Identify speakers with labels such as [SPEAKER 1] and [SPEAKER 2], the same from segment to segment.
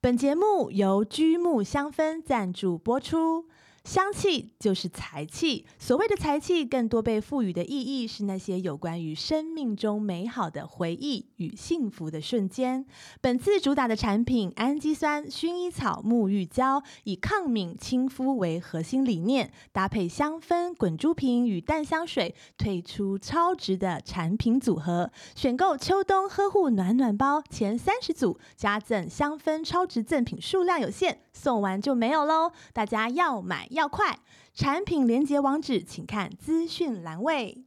[SPEAKER 1] 本节目由居木香氛赞助播出。香气就是财气，所谓的财气，更多被赋予的意义是那些有关于生命中美好的回忆与幸福的瞬间。本次主打的产品氨基酸薰衣草沐浴胶，以抗敏亲肤为核心理念，搭配香氛、滚珠瓶与淡香水，推出超值的产品组合。选购秋冬呵护暖暖包前三十组，加赠香氛超值赠品数量有限，送完就没有喽。大家要买要快，产品链接网址请看资讯栏位。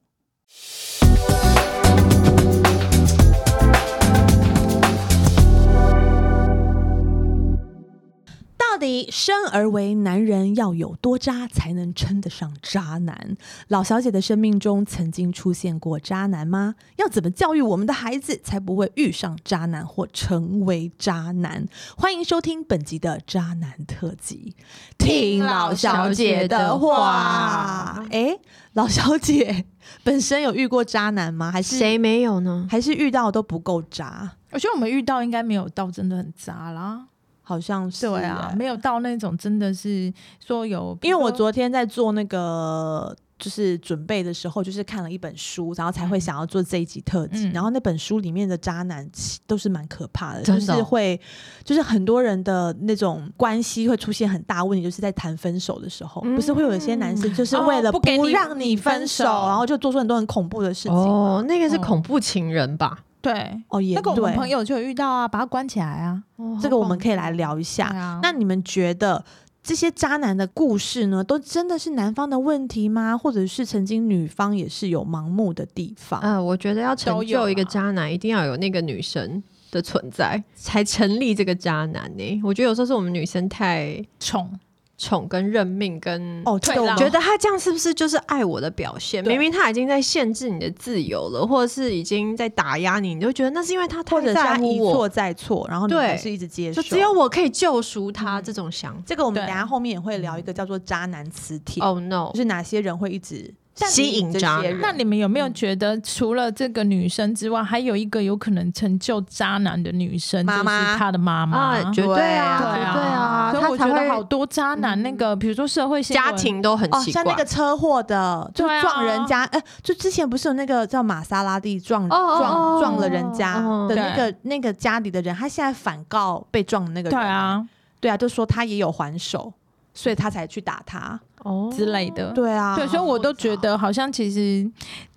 [SPEAKER 1] 到底生而为男人要有多渣才能称得上渣男？老小姐的生命中曾经出现过渣男吗？要怎么教育我们的孩子才不会遇上渣男或成为渣男？欢迎收听本集的渣男特辑，听老小姐的话。诶，老小姐本身有遇过渣男吗？还是
[SPEAKER 2] 谁没有呢？
[SPEAKER 1] 还是遇到都不够渣？
[SPEAKER 3] 我觉得我们遇到应该没有到真的很渣啦，
[SPEAKER 1] 好像是
[SPEAKER 3] 对啊，
[SPEAKER 1] 诶
[SPEAKER 3] 没有到那种真的是说有，比
[SPEAKER 1] 因为
[SPEAKER 3] 如说
[SPEAKER 1] 我昨天在做那个就是准备的时候，就是看了一本书，然后才会想要做这一集特辑。
[SPEAKER 3] 嗯
[SPEAKER 1] 然后那本书里面的渣男其都是蛮可怕的，就
[SPEAKER 2] 真的哦
[SPEAKER 1] 是会就是很多人的那种关系会出现很大问题，就是在谈分手的时候，不是会有一些男生就是为了
[SPEAKER 3] 哦不给你
[SPEAKER 1] 让你分手，
[SPEAKER 3] 分手
[SPEAKER 1] 然后就做出很多很恐怖的事情。哦
[SPEAKER 2] 哦，那个是
[SPEAKER 3] 嗯
[SPEAKER 2] 恐怖情人吧？
[SPEAKER 3] 对
[SPEAKER 1] 也
[SPEAKER 3] 那个我们朋
[SPEAKER 1] 对，
[SPEAKER 3] 友就有遇到啊，把他关起来啊，
[SPEAKER 2] 哦
[SPEAKER 1] 这个我们可以来聊一下
[SPEAKER 3] 对。啊，
[SPEAKER 1] 那你们觉得这些渣男的故事呢，都真的是男方的问题吗？或者是曾经女方也是有盲目的地方？
[SPEAKER 2] 呃，我觉得要成
[SPEAKER 3] 都有
[SPEAKER 2] 就
[SPEAKER 3] 啊
[SPEAKER 2] 一个渣男，一定要有那个女生的存 在，才成立这个渣男呢、我觉得有时候是我们女生太
[SPEAKER 3] 宠
[SPEAKER 2] 宠跟认命跟。
[SPEAKER 1] 哦，这个我
[SPEAKER 3] 退让
[SPEAKER 2] 觉得他这样是不是就是爱我的表现？
[SPEAKER 3] 对
[SPEAKER 2] 明明他已经在限制你的自由了，或者是已经在打压你，你就觉得那是因为他
[SPEAKER 1] 或
[SPEAKER 2] 太
[SPEAKER 1] 者是
[SPEAKER 2] 在
[SPEAKER 1] 他
[SPEAKER 2] 乎
[SPEAKER 1] 一
[SPEAKER 2] 我，
[SPEAKER 1] 错再错，然后你
[SPEAKER 2] 对
[SPEAKER 1] 还是一直接受。
[SPEAKER 2] 就只有我可以救赎他这种想法。
[SPEAKER 1] 这个，我们
[SPEAKER 3] 对
[SPEAKER 1] 等一下后面也会聊一
[SPEAKER 2] 嗯
[SPEAKER 1] 个叫做渣男磁铁，
[SPEAKER 2] Oh no！
[SPEAKER 1] 就是哪些人会一直
[SPEAKER 2] 但你
[SPEAKER 1] 吸引这些
[SPEAKER 2] 对
[SPEAKER 1] 人。
[SPEAKER 3] 那你们有没有觉得，除了这个女生之外，还有一个有可能成就渣男的女生，
[SPEAKER 1] 妈妈
[SPEAKER 3] 就是他的
[SPEAKER 1] 嗯
[SPEAKER 3] 妈妈？
[SPEAKER 2] 啊，绝对啊，
[SPEAKER 3] 对
[SPEAKER 2] 绝
[SPEAKER 3] 啊，
[SPEAKER 2] 对啊，
[SPEAKER 3] 所以我
[SPEAKER 2] 他
[SPEAKER 3] 觉
[SPEAKER 2] 才
[SPEAKER 3] 得
[SPEAKER 2] 会
[SPEAKER 3] 好多渣男，那个比如说社会新闻
[SPEAKER 2] 家，庭都很
[SPEAKER 1] 哦，
[SPEAKER 2] 奇
[SPEAKER 1] 像那
[SPEAKER 2] 怪
[SPEAKER 1] 个。车祸的，就
[SPEAKER 3] 对啊
[SPEAKER 1] 撞人家，哎、就之前不是有那个叫玛莎拉蒂撞
[SPEAKER 2] 哦哦
[SPEAKER 1] 撞
[SPEAKER 2] 哦
[SPEAKER 1] 撞了人家
[SPEAKER 2] 哦
[SPEAKER 1] 的那个那个家里的人，他现在反告被撞的那个
[SPEAKER 3] 对
[SPEAKER 1] 人，
[SPEAKER 3] 啊
[SPEAKER 1] 对啊，就说他也有还手，所以他才去打他。
[SPEAKER 2] 哦
[SPEAKER 3] 之类的，
[SPEAKER 1] 对啊，
[SPEAKER 3] 嗯对，所以我都觉得好像其实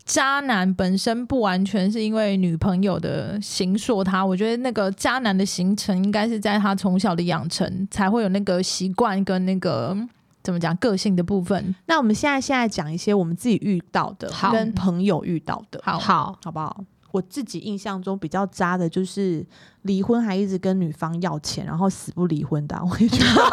[SPEAKER 3] 渣男本身不完全是因为女朋友的形塑他，我觉得那个渣男的形成应该是在他从小的养成才会有那个习惯跟那个怎么讲个性的部分。
[SPEAKER 1] 那我们现在现在讲一些我们自己遇到的，
[SPEAKER 2] 好
[SPEAKER 1] 跟朋友遇到的，
[SPEAKER 3] 嗯好，
[SPEAKER 2] 好，
[SPEAKER 1] 好不好？我自己印象中比较渣的就是离婚还一直跟女方要钱，然后死不离婚的啊、我也觉得 蛮，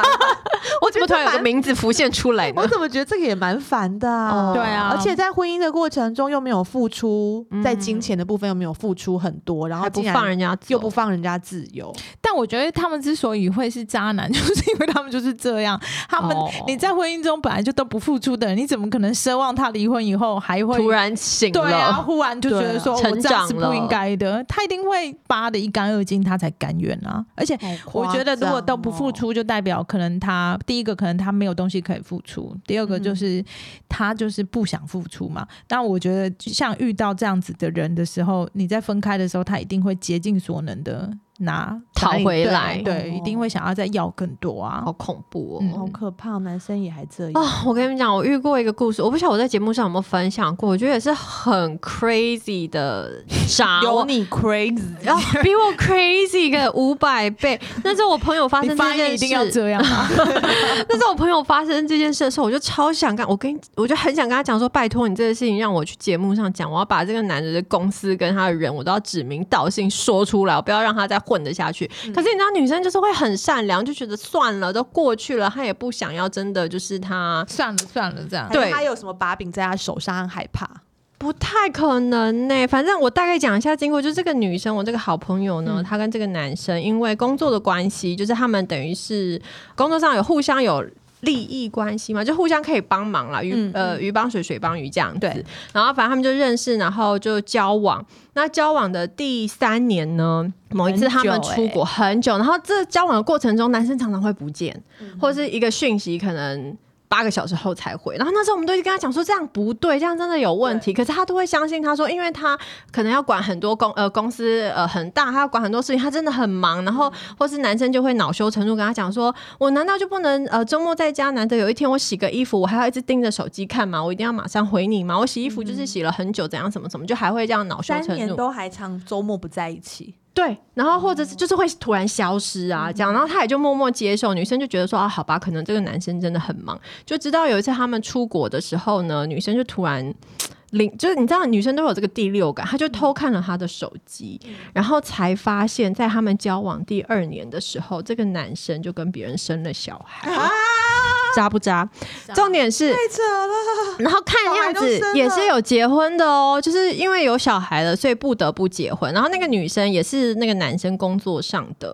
[SPEAKER 2] 我怎么突然有
[SPEAKER 1] 这
[SPEAKER 2] 个
[SPEAKER 1] 蛮
[SPEAKER 2] 名字浮现出来呢
[SPEAKER 1] 我？怎么觉得这个也蛮烦的、啊
[SPEAKER 2] 哦
[SPEAKER 3] 对啊，
[SPEAKER 1] 而且在婚姻的过程中又没有付出，
[SPEAKER 2] 嗯
[SPEAKER 1] 在金钱的部分又没有付出很多，然后
[SPEAKER 2] 还不
[SPEAKER 1] 竟然
[SPEAKER 2] 放人家走，
[SPEAKER 1] 又不放人家自由，
[SPEAKER 3] 但我觉得他们之所以会是渣男， 就是因为他们就是这样。他们、
[SPEAKER 2] 哦
[SPEAKER 3] 你在婚姻中本来就都不付出的人，你怎么可能奢望他离婚以后还会
[SPEAKER 2] 突然醒
[SPEAKER 3] 对啊，
[SPEAKER 2] 了，
[SPEAKER 3] 忽然就觉
[SPEAKER 1] 对
[SPEAKER 3] 得
[SPEAKER 1] 啊
[SPEAKER 3] 说我
[SPEAKER 2] 成
[SPEAKER 3] 这样是不
[SPEAKER 2] 长了
[SPEAKER 3] 应该的，他一定会扒的一干二净，他才甘愿啊。而且我觉得，如果都不付出，就代表可能他第一个可能他没有东西可以付出，第二个
[SPEAKER 1] 嗯
[SPEAKER 3] 就是他就是不想付出嘛。那我觉得，像遇到这样子的人的时候，你在分开的时候，他一定会竭尽所能的拿
[SPEAKER 2] 讨
[SPEAKER 3] 拿你
[SPEAKER 2] 回
[SPEAKER 3] 对
[SPEAKER 2] 来
[SPEAKER 3] 对，一定会想要再要更多啊
[SPEAKER 2] 好。恐怖
[SPEAKER 3] 嗯
[SPEAKER 2] 哦！
[SPEAKER 1] 好可怕，男生也还这样。
[SPEAKER 3] 哦
[SPEAKER 2] 啊，我跟你们讲，我遇过一个故事，我不晓得我在节目上有没有分享过，我觉得也是很 crazy 的 渣，
[SPEAKER 1] 有
[SPEAKER 2] 我
[SPEAKER 1] 你 crazy，
[SPEAKER 2] 然后比我 crazy 个五百倍。那是我朋友发
[SPEAKER 3] 你
[SPEAKER 2] 生
[SPEAKER 3] 发
[SPEAKER 2] 这
[SPEAKER 3] 音
[SPEAKER 2] 件
[SPEAKER 3] 一定要
[SPEAKER 2] 事，
[SPEAKER 3] 这样 啊！
[SPEAKER 2] 那是我朋友发生这件事的时候，我就超想干，我跟我就很想跟他讲说，拜托你这个事情让我去节目上讲，我要把这个男的的公司跟他的人，我都要指名道姓说出来，我不要让他再混得下去。可是你知道，女生就是会很善良，就觉得算了，都过去了，她也不想要真的就是他
[SPEAKER 3] 算了算了，这样
[SPEAKER 2] 对
[SPEAKER 1] 还是他有什么把柄在他手上，他害怕。
[SPEAKER 2] 不太可能呢、反正我大概讲一下经过，就是这个女生，我这个好朋友呢，她跟这个男生因为工作的关系，就是他们等于是工作上有互相有。利益关系嘛，就互相可以帮忙啦，鱼、
[SPEAKER 1] 嗯
[SPEAKER 2] 呃鱼帮水，水帮鱼这样
[SPEAKER 1] 对
[SPEAKER 2] 子。然后反正他们就认识，然后就交往。那交往的第三年呢，某一次他们
[SPEAKER 3] 很久欸
[SPEAKER 2] 出国很久，然后这交往的过程中，男生常常会不见，或是一个讯息可能。八个小时后才回，然后那时候我们都一直跟他讲说这样不对，这样真的有问题。可是他都会相信，他说因为他可能要管很多公呃公司呃很大，他要管很多事情，他真的很忙。然后或是男生就会恼羞成怒，跟他讲说：“我难道就不能呃周末在家，难得有一天我洗个衣服，我还要一直盯着手机看吗？我一定要马上回你吗？我洗衣服就是洗了很久，怎样怎么怎么，就还会这样恼羞
[SPEAKER 1] 三
[SPEAKER 2] 成
[SPEAKER 1] 年
[SPEAKER 2] 怒。
[SPEAKER 1] 都还常周末不在一起，
[SPEAKER 2] 对，然后或者是就是会突然消失啊，这样，然后他也就默默接受。女生就觉得说啊，好吧，可能这个男生真的很忙。就直到有一次他们出国的时候呢，女生就突然。领就是你知道，女生都有这个第六感，她就偷看了他的手机，
[SPEAKER 1] 嗯
[SPEAKER 2] 然后才发现，在他们交往第二年的时候，这个男生就跟别人生了小孩，渣不渣？重点是
[SPEAKER 1] 啊太扯了，
[SPEAKER 2] 然后看样子也是有结婚的哦，就是因为有小孩了，所以不得不结婚。然后那个女生也是那个男生工作上的，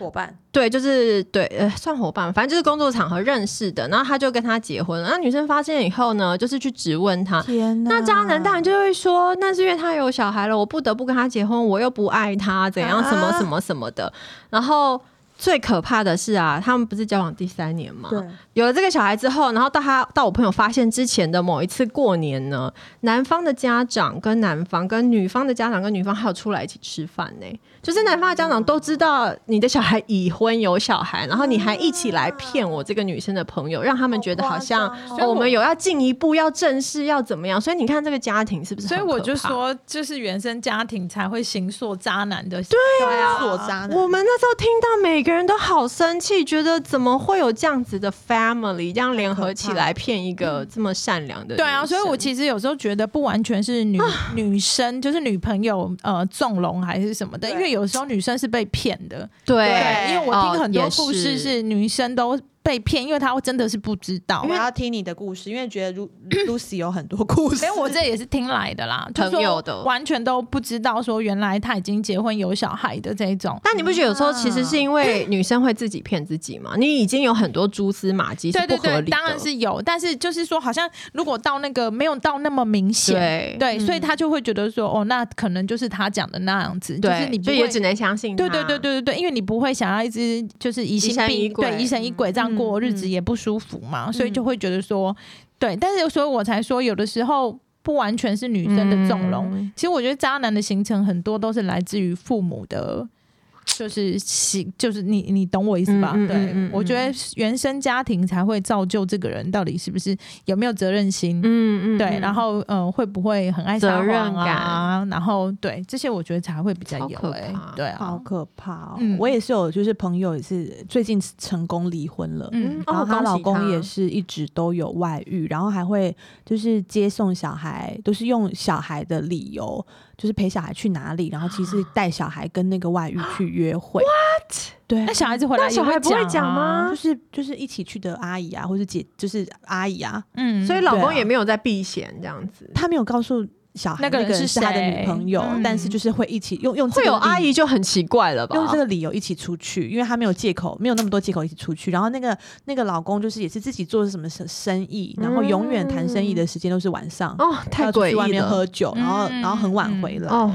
[SPEAKER 1] 伙伴
[SPEAKER 2] 对，就是对，呃，算伙伴，反正就是工作场合认识的。然后他就跟他结婚了。那女生发现以后呢，就是去质问他。
[SPEAKER 1] 天哪，
[SPEAKER 2] 那渣男当然就会说，那是因为他有小孩了，我不得不跟他结婚，我又不爱他，怎样
[SPEAKER 1] 啊
[SPEAKER 2] 什么什么什么的。然后最可怕的是啊，他们不是交往第三年吗？
[SPEAKER 1] 对，啊
[SPEAKER 2] 有了这个小孩之后，然后到他到我朋友发现之前的某一次过年呢，男方的家长跟男方跟女方的家长跟女方还有出来一起吃饭呢、就是男方的家长都知道你的小孩已婚有小孩，然后你还一起来骗我这个女生的朋友，让他们觉得好像
[SPEAKER 1] 好夸张哦
[SPEAKER 2] 哦我们有要进一步要正式要怎么样，所以你看这个家庭是不是
[SPEAKER 3] 所
[SPEAKER 2] 很
[SPEAKER 3] 以
[SPEAKER 2] 可怕？
[SPEAKER 3] 我就说，就是原生家庭才会形塑渣男的，对
[SPEAKER 1] 啊做渣男
[SPEAKER 2] 我们那时候听到每个人都好生气，觉得怎么会有这样子的 family 这样联合起来骗一个这么善良的女生？
[SPEAKER 3] 对啊，所以我其实有时候觉得不完全是
[SPEAKER 2] 啊
[SPEAKER 3] 女、女生，就是女朋友呃纵容还是什么的，
[SPEAKER 1] 对
[SPEAKER 3] 因为有时候女生是被骗的，
[SPEAKER 2] 对
[SPEAKER 1] 对
[SPEAKER 3] 因为我听很
[SPEAKER 2] 哦
[SPEAKER 3] 多
[SPEAKER 2] 也是
[SPEAKER 3] 故事是女生都被骗，因为她真的是不知道
[SPEAKER 1] 我。 要听你的故事，因为觉得如 Lucy 有很多故事
[SPEAKER 3] 所以，我这也是听来的 啦，就是
[SPEAKER 2] 朋友
[SPEAKER 3] 说
[SPEAKER 2] 的
[SPEAKER 3] 完全都不知道说原来她已经结婚有小孩的这一种。
[SPEAKER 2] 但你不觉得有时候其实是因
[SPEAKER 3] 嗯
[SPEAKER 2] 为女生会自己骗自己吗？你已经有很多蛛丝马迹是
[SPEAKER 3] 对
[SPEAKER 2] 不
[SPEAKER 3] 对
[SPEAKER 2] 合
[SPEAKER 3] 对
[SPEAKER 2] 理，的，
[SPEAKER 3] 当然是有，但是就是说，好像如果到那个没有到那么明显，
[SPEAKER 2] 对
[SPEAKER 3] 对，所以
[SPEAKER 1] 嗯
[SPEAKER 3] 他就会觉得说，哦，那可能就是他讲的那样子，就是你
[SPEAKER 2] 对，
[SPEAKER 3] 不
[SPEAKER 2] 就也
[SPEAKER 3] 会
[SPEAKER 2] 只能相信他。
[SPEAKER 3] 对对对对对对，因为你不会想要一直就是疑心
[SPEAKER 2] 嗯疑神
[SPEAKER 3] 病，
[SPEAKER 2] 疑鬼嗯
[SPEAKER 3] 对疑神疑鬼这样过日子也不舒服嘛，所以就
[SPEAKER 1] 嗯
[SPEAKER 3] 会觉得说，对，但是所以我才说，有的时候不完全是女生的纵容。
[SPEAKER 2] 嗯
[SPEAKER 3] 其实我觉得渣男的形成很多都是来自于父母的，就是行，就是你你懂我意思吧？
[SPEAKER 2] 嗯嗯
[SPEAKER 3] 对、
[SPEAKER 2] 嗯嗯
[SPEAKER 3] 我觉得原生家庭才会造就这个人到底是不是有没有责任心。
[SPEAKER 2] 嗯嗯
[SPEAKER 3] 对，然后呃，会不会很爱撒
[SPEAKER 2] 责任
[SPEAKER 3] 谎啊？然后对这些，我觉得才会比较
[SPEAKER 2] 超
[SPEAKER 3] 有、
[SPEAKER 2] 可
[SPEAKER 3] 欸
[SPEAKER 2] 怕。
[SPEAKER 3] 对啊，
[SPEAKER 1] 好可怕哦！
[SPEAKER 3] 嗯
[SPEAKER 1] 我也是有，就是朋友也是最近成功离婚了。
[SPEAKER 3] 嗯
[SPEAKER 2] 哦
[SPEAKER 1] 然后她
[SPEAKER 2] 恭喜
[SPEAKER 1] 老公
[SPEAKER 2] 她
[SPEAKER 1] 也是一直都有外遇，然后还会就是接送小孩，都是用小孩的理由，就是陪小孩去哪里，然后其
[SPEAKER 2] 啊
[SPEAKER 1] 实带小孩跟那个外遇 去约会。What？对
[SPEAKER 3] 那，
[SPEAKER 2] 哎
[SPEAKER 3] 小孩子回来、
[SPEAKER 2] 那小孩不会讲？
[SPEAKER 3] 啊
[SPEAKER 2] 吗
[SPEAKER 1] 就是就是一起去的阿姨啊，或者姐，就是阿姨啊，
[SPEAKER 3] 嗯，
[SPEAKER 2] 所以老
[SPEAKER 1] 对
[SPEAKER 2] 公
[SPEAKER 1] 啊
[SPEAKER 2] 也没有在避嫌这样子。
[SPEAKER 1] 她没有告诉小孩
[SPEAKER 3] 那个人
[SPEAKER 1] 人
[SPEAKER 3] 是
[SPEAKER 1] 是她的
[SPEAKER 3] 谁
[SPEAKER 1] 女朋友，
[SPEAKER 3] 嗯
[SPEAKER 1] 但是就是会一起用用这
[SPEAKER 2] 会
[SPEAKER 1] 个
[SPEAKER 2] 有阿
[SPEAKER 1] 理
[SPEAKER 2] 姨就很奇怪了吧？
[SPEAKER 1] 用这个理由一起出去，因为她没有借口，没有那么多借口一起出去。然后那个那个老公就是也是自己做什么生生意，然后永远谈生意的时间都是晚上，
[SPEAKER 2] 嗯哦，太
[SPEAKER 1] 要出
[SPEAKER 2] 诡
[SPEAKER 1] 去外
[SPEAKER 2] 异
[SPEAKER 1] 面
[SPEAKER 2] 了
[SPEAKER 1] 喝酒，然后然后很晚回来，
[SPEAKER 2] 哦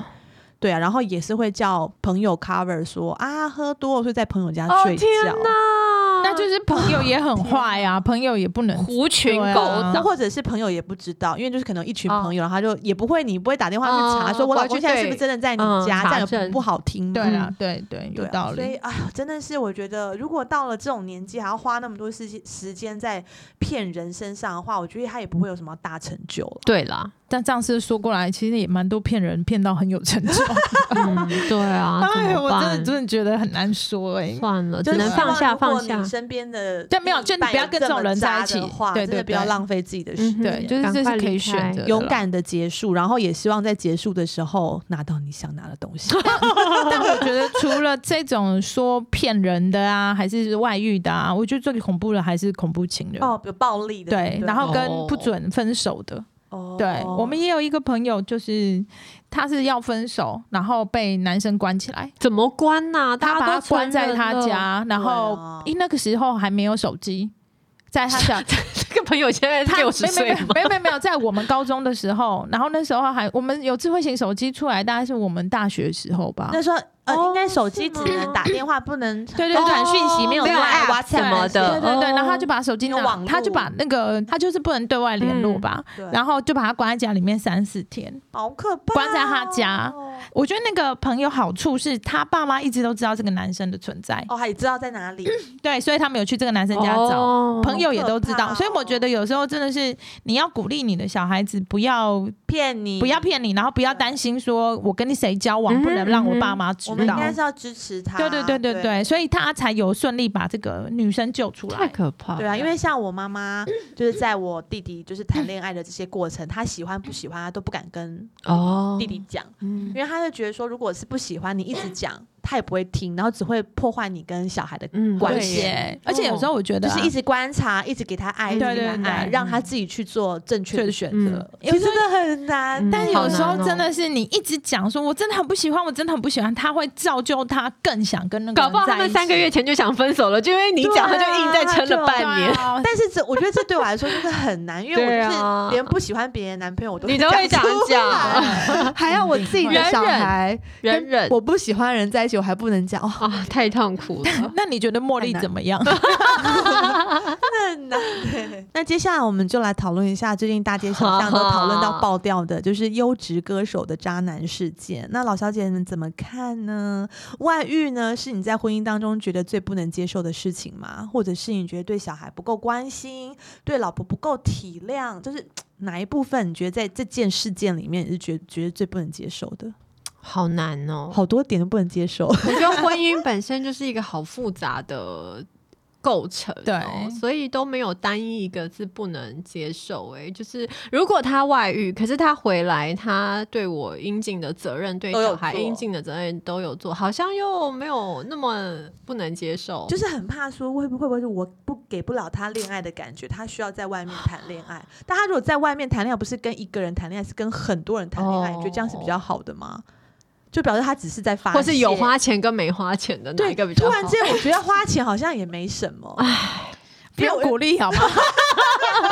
[SPEAKER 1] 对啊，然后也是会叫朋友 cover 说啊喝多了，所以在朋友家
[SPEAKER 2] 哦
[SPEAKER 1] 睡觉
[SPEAKER 2] 天。哪！
[SPEAKER 3] 啊那就是朋友也很坏啊，朋友也不能。
[SPEAKER 2] 嗯狐群
[SPEAKER 3] 对啊
[SPEAKER 2] 狗
[SPEAKER 1] 那
[SPEAKER 2] 党。
[SPEAKER 1] 或者是朋友也不知道，因为就是可能有一群
[SPEAKER 2] 哦
[SPEAKER 1] 朋友，然后他就也不会，你不会打电话去查，
[SPEAKER 2] 嗯
[SPEAKER 1] 说我老
[SPEAKER 2] 不
[SPEAKER 1] 公
[SPEAKER 2] 会去
[SPEAKER 1] 现在是不是
[SPEAKER 2] 对
[SPEAKER 1] 真的在你
[SPEAKER 2] 嗯
[SPEAKER 1] 家，
[SPEAKER 2] 查
[SPEAKER 1] 这样也
[SPEAKER 2] 证
[SPEAKER 1] 不好听。
[SPEAKER 3] 对
[SPEAKER 1] 嗯
[SPEAKER 3] 啊，对对，有
[SPEAKER 1] 对啊
[SPEAKER 3] 道理。
[SPEAKER 1] 所以哎呦，真的是我觉得，如果到了这种年纪还要花那么多时间时间在骗人身上的话，我觉得他也不会有什么大成就了。
[SPEAKER 2] 对啦，
[SPEAKER 3] 但上次说过来，其实也蛮多骗人，骗到很有成就。
[SPEAKER 2] 嗯，对啊，怎
[SPEAKER 3] 哎，
[SPEAKER 2] 么
[SPEAKER 3] 我真的
[SPEAKER 2] 办
[SPEAKER 3] 真的觉得很难说哎、
[SPEAKER 2] 算了，
[SPEAKER 1] 就
[SPEAKER 2] 只
[SPEAKER 1] 是
[SPEAKER 2] 能
[SPEAKER 1] 希
[SPEAKER 2] 放
[SPEAKER 1] 望
[SPEAKER 2] 下
[SPEAKER 1] 如果
[SPEAKER 2] 放下
[SPEAKER 1] 你。身边的
[SPEAKER 3] 但没有就你不要跟
[SPEAKER 1] 这
[SPEAKER 3] 这种人在一起
[SPEAKER 1] 么渣的话，
[SPEAKER 3] 对对
[SPEAKER 1] 真的不要
[SPEAKER 3] 对
[SPEAKER 1] 浪费自己的时间。
[SPEAKER 2] 嗯哼
[SPEAKER 3] 对，就是
[SPEAKER 2] 赶
[SPEAKER 3] 这
[SPEAKER 2] 快
[SPEAKER 3] 是可以
[SPEAKER 2] 离
[SPEAKER 3] 选
[SPEAKER 2] 开
[SPEAKER 3] 择的啦，
[SPEAKER 1] 勇敢的结束，然后也希望在结束的时候拿到你想拿的东西。
[SPEAKER 3] 但我觉得除了这种说骗人的啊，还是外遇的啊，我觉得最恐怖的还是恐怖情 人。
[SPEAKER 1] 哦，有暴力的，
[SPEAKER 3] 对，然后跟
[SPEAKER 2] 哦
[SPEAKER 3] 不准分手的。
[SPEAKER 1] 哦
[SPEAKER 3] 对我们也有一个朋友，就是他是要分手，然后被男生关起来，
[SPEAKER 2] 怎么关呐、
[SPEAKER 3] 他把
[SPEAKER 2] 大家
[SPEAKER 3] 他
[SPEAKER 2] 都
[SPEAKER 3] 关
[SPEAKER 2] 成
[SPEAKER 3] 在
[SPEAKER 2] 人
[SPEAKER 3] 他
[SPEAKER 2] 了，
[SPEAKER 3] 家，
[SPEAKER 1] 对
[SPEAKER 3] 然后
[SPEAKER 1] 啊
[SPEAKER 3] 因为那个时候还没有手机，在他小
[SPEAKER 2] 这个朋友现在
[SPEAKER 3] 他
[SPEAKER 2] 六十岁吗？
[SPEAKER 3] 没有没有没有没有没有，在我们高中的时候，然后那时候还我们有智慧型手机出来，大概是我们大学的时候吧。
[SPEAKER 1] 那时候呃，
[SPEAKER 2] 哦
[SPEAKER 1] 应该手机
[SPEAKER 2] 是
[SPEAKER 1] 只
[SPEAKER 2] 吗
[SPEAKER 1] 能打电话，不能
[SPEAKER 3] 对对
[SPEAKER 1] 通
[SPEAKER 3] 对
[SPEAKER 1] 传讯息，哦没有
[SPEAKER 2] 没有
[SPEAKER 1] Line
[SPEAKER 2] app
[SPEAKER 1] 什
[SPEAKER 2] 什么的
[SPEAKER 3] 对对对，
[SPEAKER 2] 哦
[SPEAKER 3] 然后他就把手机
[SPEAKER 1] 有网络，嗯
[SPEAKER 3] 拿他就把那个他就是不能对外联络吧，
[SPEAKER 1] 对
[SPEAKER 3] 然后就把他关在家里面三四天。
[SPEAKER 1] 好可怕哦，哦
[SPEAKER 3] 关在他家我觉得那个朋友好处是他爸妈一直都知道这个男生的存在，
[SPEAKER 1] 哦，还知道在哪里，
[SPEAKER 3] 对，所以他们有去这个男生家找。
[SPEAKER 2] 哦
[SPEAKER 3] 朋友也都知
[SPEAKER 1] 好可怕
[SPEAKER 3] 道，
[SPEAKER 1] 哦
[SPEAKER 3] 所以我觉得有时候真的是你要鼓励你的小孩子，不要
[SPEAKER 2] 嗯
[SPEAKER 1] 骗你，
[SPEAKER 3] 不要。骗你，然后不要担心说我跟你谁交往
[SPEAKER 2] 嗯
[SPEAKER 3] 不能让我爸妈知
[SPEAKER 1] 我们应
[SPEAKER 3] 道。
[SPEAKER 1] 该是要支持他，
[SPEAKER 2] 啊
[SPEAKER 3] 对对对对对，所以他才有顺利把这个女生救出
[SPEAKER 2] 太
[SPEAKER 3] 来。
[SPEAKER 2] 可怕了，
[SPEAKER 1] 对啊，因为像我妈 妈，就是在我弟弟就是谈恋爱的这些过程，她喜欢不喜欢，她都不敢跟
[SPEAKER 2] 哦，
[SPEAKER 1] 弟弟讲，
[SPEAKER 2] 嗯
[SPEAKER 1] 因为她就觉得说，如果是不喜欢，你一直讲，他也不会听，然后只会破坏你跟小孩的，
[SPEAKER 2] 嗯
[SPEAKER 1] 关
[SPEAKER 3] 对
[SPEAKER 1] 系
[SPEAKER 3] 耶，而且有时候我觉得
[SPEAKER 1] 就
[SPEAKER 2] 哦
[SPEAKER 3] 啊
[SPEAKER 1] 是一直观察，一直给他爱，一直
[SPEAKER 3] 对
[SPEAKER 1] 给他
[SPEAKER 3] 对对
[SPEAKER 1] 爱，
[SPEAKER 3] 对嗯
[SPEAKER 1] 让他自己去做正确
[SPEAKER 3] 确
[SPEAKER 1] 的
[SPEAKER 3] 的
[SPEAKER 1] 选
[SPEAKER 3] 选
[SPEAKER 2] 嗯
[SPEAKER 3] 择。
[SPEAKER 1] 择，其实真的很难，
[SPEAKER 2] 嗯
[SPEAKER 3] 但是
[SPEAKER 2] 好
[SPEAKER 3] 有时候
[SPEAKER 2] 难哦
[SPEAKER 3] 真的是你一直讲说，我真的很不喜欢，我真的很不喜欢，他会造就他更想跟那个人
[SPEAKER 2] 搞不好他
[SPEAKER 3] 在一
[SPEAKER 2] 们
[SPEAKER 3] 起
[SPEAKER 2] 三个月前就想分手了，就因为你讲，他
[SPEAKER 1] 对啊
[SPEAKER 2] 就硬再撑了半
[SPEAKER 3] 对
[SPEAKER 2] 年。
[SPEAKER 3] 啊。
[SPEAKER 1] 但是这我觉得这对我来说真的很难，因为我就
[SPEAKER 2] 对啊
[SPEAKER 1] 是连不喜欢别人的男朋友我都
[SPEAKER 2] 你都会
[SPEAKER 1] 讲
[SPEAKER 2] 讲
[SPEAKER 1] 出来，
[SPEAKER 4] 还要我自 己的小孩，
[SPEAKER 2] 忍忍
[SPEAKER 4] 我不喜欢人在一起，我还不能讲。哦、
[SPEAKER 2] 啊，太痛苦了
[SPEAKER 3] 那你觉得茉莉怎么样？
[SPEAKER 1] 很难。 那接下来我们就来讨论一下最近大街小巷都讨论到爆掉的，就是优质歌手的渣男事件。那老小姐你们怎么看呢？外遇呢，是你在婚姻当中觉得最不能接受的事情吗？或者是你觉得对小孩不够关心，对老婆不够体谅，就是哪一部分你觉得在这件事件里面你是觉觉得最不能接受的？
[SPEAKER 2] 好难哦，
[SPEAKER 1] 好多点都不能接受。
[SPEAKER 2] 我觉得婚姻本身就是一个好复杂的构成、哦，
[SPEAKER 3] 对
[SPEAKER 2] 所以都没有单一一个字不能接受、诶，就是如果他外遇，可是他回来，他对我应尽的责任，对
[SPEAKER 1] 都有
[SPEAKER 2] 小孩
[SPEAKER 1] 做
[SPEAKER 2] 应尽的责任都有做，好像又没有那么不能接受，
[SPEAKER 1] 就是很怕说会不会不会是我不给不了他恋爱的感觉，他需要在外面谈恋爱。但他如果在外面谈恋爱，不是跟一个人谈恋爱，是跟很多人谈恋爱，你觉得这样是比较好的吗？就表示他只是在发泄，
[SPEAKER 2] 或是有花钱跟没花钱的哪
[SPEAKER 1] 对
[SPEAKER 2] 一个比较
[SPEAKER 1] 突
[SPEAKER 2] 好？
[SPEAKER 1] 然之间，我觉得花钱好像也没什么，
[SPEAKER 3] 不要鼓励好吗？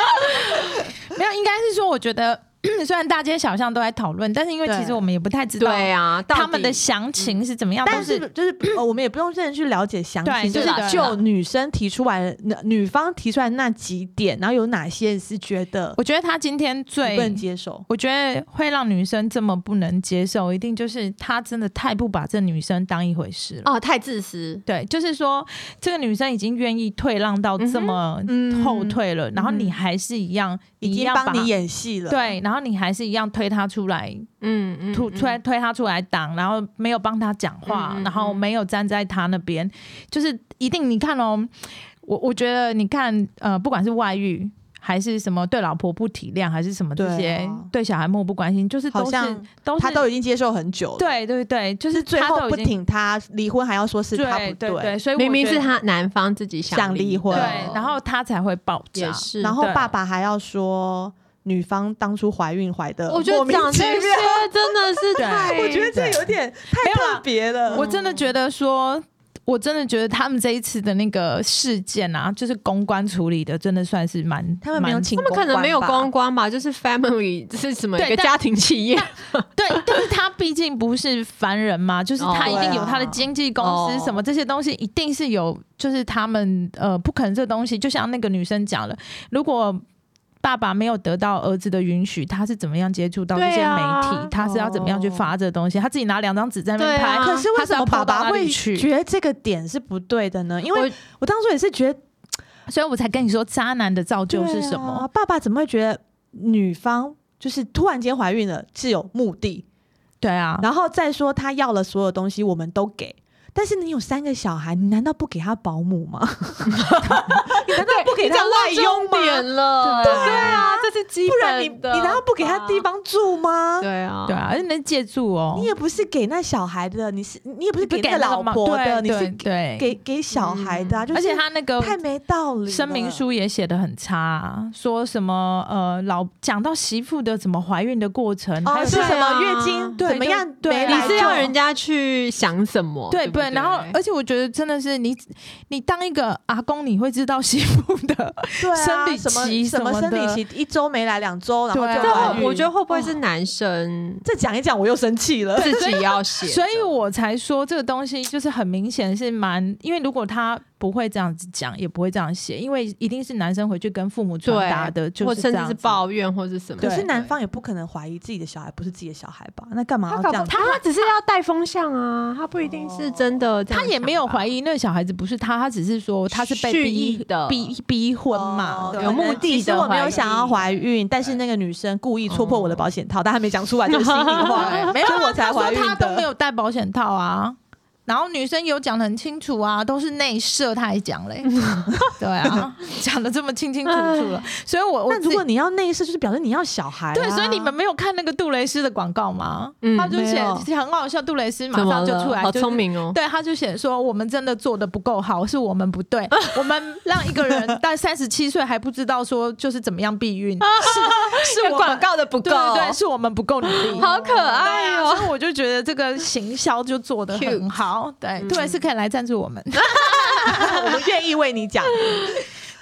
[SPEAKER 3] 没有，应该是说，我觉得 虽然大街小巷都在讨论，但是因为
[SPEAKER 1] 对
[SPEAKER 3] 其实我们也不太知道
[SPEAKER 2] 对啊，到底
[SPEAKER 3] 他们的详情是怎么样，
[SPEAKER 1] 嗯但
[SPEAKER 3] 都
[SPEAKER 1] 是就是呃，我们也不用真的去了解详
[SPEAKER 3] 对
[SPEAKER 1] 情，就是
[SPEAKER 3] 对啦对啦
[SPEAKER 1] 就女生提出来，那女方提出来那几点，然后有哪些是觉得
[SPEAKER 3] 我觉得他今天
[SPEAKER 1] 你
[SPEAKER 3] 最
[SPEAKER 1] 不能接受，
[SPEAKER 3] 我觉得会让女生这么不能接受，一定就是他真的太不把这女生当一回事了。
[SPEAKER 2] 哦太自私，
[SPEAKER 3] 对，就是说这个女生已经愿意退让到这么
[SPEAKER 1] 嗯
[SPEAKER 3] 后退了，然后你还是一样，
[SPEAKER 1] 已
[SPEAKER 3] 一
[SPEAKER 1] 经
[SPEAKER 3] 样把
[SPEAKER 1] 帮你演戏了，
[SPEAKER 3] 对，然后你还是一样推她出来，
[SPEAKER 2] 嗯嗯，
[SPEAKER 3] 推
[SPEAKER 2] 嗯
[SPEAKER 3] 推推她出来挡，然后没有帮她讲话，
[SPEAKER 2] 嗯嗯嗯
[SPEAKER 3] 然后没有站在她那边，就是一定你看哦，我我觉得你看呃，不管是外遇。还是什么对老婆不体谅，还是什么这
[SPEAKER 1] 对啊
[SPEAKER 3] 些对小孩漠不关心，就是
[SPEAKER 1] 好
[SPEAKER 3] 都是
[SPEAKER 1] 像
[SPEAKER 3] 都是
[SPEAKER 1] 他都已经接受很久了。
[SPEAKER 3] 哦对对对，就是是
[SPEAKER 1] 最
[SPEAKER 3] 他
[SPEAKER 1] 后
[SPEAKER 3] 都已
[SPEAKER 1] 不
[SPEAKER 3] 经
[SPEAKER 1] 挺他离婚，还要说是
[SPEAKER 3] 对
[SPEAKER 1] 他不
[SPEAKER 3] 对对，所以我
[SPEAKER 2] 明明
[SPEAKER 3] 觉
[SPEAKER 2] 是
[SPEAKER 3] 得
[SPEAKER 2] 他男方自己
[SPEAKER 1] 想
[SPEAKER 2] 离
[SPEAKER 1] 离婚
[SPEAKER 3] 对，
[SPEAKER 2] 的
[SPEAKER 3] 然后他才会爆炸
[SPEAKER 2] 也。是，
[SPEAKER 1] 然后
[SPEAKER 3] 对
[SPEAKER 1] 爸爸还要说女方当初怀孕怀的，
[SPEAKER 2] 我觉得讲
[SPEAKER 1] 其
[SPEAKER 2] 这些
[SPEAKER 1] 妙，
[SPEAKER 2] 真的是
[SPEAKER 3] 对
[SPEAKER 2] 太，
[SPEAKER 1] 我觉得这有点太
[SPEAKER 3] 没有啦
[SPEAKER 1] 特别了。
[SPEAKER 3] 我真的觉得说。我真的觉得他们这一次的那个事件啊，就是公关处理的，真的算是蛮
[SPEAKER 1] 他们没有
[SPEAKER 3] 蛮
[SPEAKER 1] 请，
[SPEAKER 2] 他们可能没有公，关吧，就是 family 这是什么一
[SPEAKER 3] 对
[SPEAKER 2] 个
[SPEAKER 3] 但
[SPEAKER 2] 家庭企业，
[SPEAKER 3] 对， 但是他毕竟不是凡人嘛，就是
[SPEAKER 2] 哦
[SPEAKER 3] 他一定
[SPEAKER 1] 对啊
[SPEAKER 3] 有他的经纪公
[SPEAKER 2] 哦
[SPEAKER 3] 司什么这些东西，一定是有，就是他们呃不可能这东西，就像那个女生讲了，如果爸爸没有得到儿子的允许，他是怎么样接触到这些
[SPEAKER 2] 对
[SPEAKER 3] 媒体？
[SPEAKER 2] 啊
[SPEAKER 3] 他是要怎么样
[SPEAKER 1] 哦
[SPEAKER 3] 去发这个东西？他自己拿两张纸在那
[SPEAKER 2] 对
[SPEAKER 3] 边拍，
[SPEAKER 2] 啊
[SPEAKER 1] 可是为
[SPEAKER 3] 他
[SPEAKER 1] 什
[SPEAKER 3] 要
[SPEAKER 1] 么爸
[SPEAKER 3] 跑到
[SPEAKER 1] 爸
[SPEAKER 3] 哪里
[SPEAKER 1] 会
[SPEAKER 3] 去？
[SPEAKER 1] 觉得这个点是不对的呢？因为
[SPEAKER 2] 我
[SPEAKER 1] 我当初也是觉得
[SPEAKER 3] 所以我才跟你说，渣男的造就
[SPEAKER 1] 对
[SPEAKER 3] 是
[SPEAKER 1] 啊
[SPEAKER 3] 什么？
[SPEAKER 1] 爸爸怎么会觉得女方就是突然间怀孕了是有目的？
[SPEAKER 3] 对啊，
[SPEAKER 1] 然后再说他要了所有东西，我们都给。但是你有三个小孩，你难道不给他保姆吗？ 你难道不给
[SPEAKER 2] 你
[SPEAKER 1] 他
[SPEAKER 2] 讲
[SPEAKER 1] 外
[SPEAKER 2] 到
[SPEAKER 1] 佣
[SPEAKER 2] 重点
[SPEAKER 1] 吗？
[SPEAKER 2] 了，
[SPEAKER 1] 对
[SPEAKER 2] 对
[SPEAKER 1] 啊
[SPEAKER 2] 啊，这是基
[SPEAKER 1] 不然你你
[SPEAKER 2] 本的，
[SPEAKER 1] 难道不给他地？方住吗？
[SPEAKER 2] 对啊，
[SPEAKER 3] 对啊，而且能借助哦，
[SPEAKER 1] 你也不是给那小孩的，你是你也不是
[SPEAKER 3] 不
[SPEAKER 1] 给那个老
[SPEAKER 3] 妈
[SPEAKER 1] 婆的，
[SPEAKER 3] 对
[SPEAKER 1] 你是
[SPEAKER 3] 对对，
[SPEAKER 1] 给给小孩的啊，就
[SPEAKER 3] 而且
[SPEAKER 1] 是
[SPEAKER 3] 他那个
[SPEAKER 1] 太没道理了。
[SPEAKER 3] 声明书也写的很差啊、说什么呃老讲到媳妇的怎么怀孕的过程，
[SPEAKER 1] 哦
[SPEAKER 3] 还有
[SPEAKER 1] 是
[SPEAKER 2] 对啊
[SPEAKER 1] 什么月经
[SPEAKER 3] 对
[SPEAKER 1] 怎么样
[SPEAKER 3] 就
[SPEAKER 1] 没
[SPEAKER 3] 对啊
[SPEAKER 1] 来就？
[SPEAKER 2] 你是要人家去想什么？
[SPEAKER 3] 对
[SPEAKER 2] 不
[SPEAKER 3] 对对，然后而且我觉得真的是你，你当一个阿公，你会知道媳妇 的，
[SPEAKER 1] 对啊
[SPEAKER 3] 生理
[SPEAKER 1] 什么
[SPEAKER 3] 期
[SPEAKER 1] 什么
[SPEAKER 3] 什么
[SPEAKER 1] 生
[SPEAKER 3] 的
[SPEAKER 1] 理期一周没来两周，然后
[SPEAKER 3] 对啊
[SPEAKER 1] 就
[SPEAKER 2] 但
[SPEAKER 1] 怀
[SPEAKER 2] 我
[SPEAKER 1] 孕
[SPEAKER 2] 我觉得会不会是男生
[SPEAKER 1] 这讲一讲我又生气了。
[SPEAKER 2] 自己要写的？
[SPEAKER 3] 所以我才说这个东西就是很明显是蛮，因为如果他不会这样子讲，也不会这样写，因为一定是男生回去跟父母传达的，就
[SPEAKER 2] 或
[SPEAKER 3] 是
[SPEAKER 2] 甚
[SPEAKER 3] 这
[SPEAKER 2] 至
[SPEAKER 3] 样
[SPEAKER 2] 是
[SPEAKER 3] 子。
[SPEAKER 2] 抱怨或是什么。
[SPEAKER 3] 对
[SPEAKER 1] 可是男方也不可能怀疑自己的小孩不是自己的小孩吧？那干嘛要
[SPEAKER 2] 搞
[SPEAKER 1] 这
[SPEAKER 2] 不
[SPEAKER 1] 样？
[SPEAKER 2] 他他只是要带风向啊，他不一定是真的这样想吧。
[SPEAKER 3] 他也没有怀疑那个小孩子不是他，他只是说他是被
[SPEAKER 2] 蓄
[SPEAKER 3] 逼
[SPEAKER 2] 意的
[SPEAKER 3] 逼逼婚
[SPEAKER 1] 哦
[SPEAKER 3] 嘛，对
[SPEAKER 2] 有目
[SPEAKER 1] 可能
[SPEAKER 2] 的
[SPEAKER 1] 其实我
[SPEAKER 2] 的
[SPEAKER 1] 没有
[SPEAKER 2] 怀
[SPEAKER 1] 想要
[SPEAKER 2] 孕
[SPEAKER 1] 怀孕，但是那个女生故意戳破我的保险套，但还没讲出来就是心里 话，哎
[SPEAKER 3] 没有
[SPEAKER 1] 所以
[SPEAKER 3] 啊，
[SPEAKER 1] 我才
[SPEAKER 3] 他说
[SPEAKER 1] 怀孕
[SPEAKER 3] 他都没
[SPEAKER 1] 的。
[SPEAKER 3] 有戴保险套啊。然后女生有讲的很清楚啊，都是内射，他还 讲嘞，对啊，讲的这么清清楚楚了，所以我我
[SPEAKER 1] 那如
[SPEAKER 3] 自己
[SPEAKER 1] 果你要内射，就是表示你要小孩啊。
[SPEAKER 3] 对，所以 你们没有看那个杜蕾斯的广告吗？
[SPEAKER 2] 嗯
[SPEAKER 3] 他就写
[SPEAKER 1] 没有
[SPEAKER 3] 很好笑，杜蕾斯马
[SPEAKER 2] 怎么
[SPEAKER 3] 上就
[SPEAKER 2] 了
[SPEAKER 3] 出来，
[SPEAKER 2] 好
[SPEAKER 3] 就是
[SPEAKER 2] 聪。明哦。
[SPEAKER 3] 对，他就写说我们真的做的不够好，是我们不 对，我们让一个人到三十七岁还不知道说就是怎么样避 孕，是是
[SPEAKER 2] 这
[SPEAKER 3] 我
[SPEAKER 2] 广
[SPEAKER 3] 们
[SPEAKER 2] 告的不够，
[SPEAKER 3] 对对对，是我们不够努力。
[SPEAKER 2] 好可爱
[SPEAKER 3] 对啊
[SPEAKER 2] 哦。
[SPEAKER 3] 所以我就觉得这个行销就做的
[SPEAKER 2] Cute
[SPEAKER 3] 很好，对，
[SPEAKER 2] 嗯
[SPEAKER 3] 杜蕾斯可以来赞助我们。
[SPEAKER 1] 我们愿意为你讲。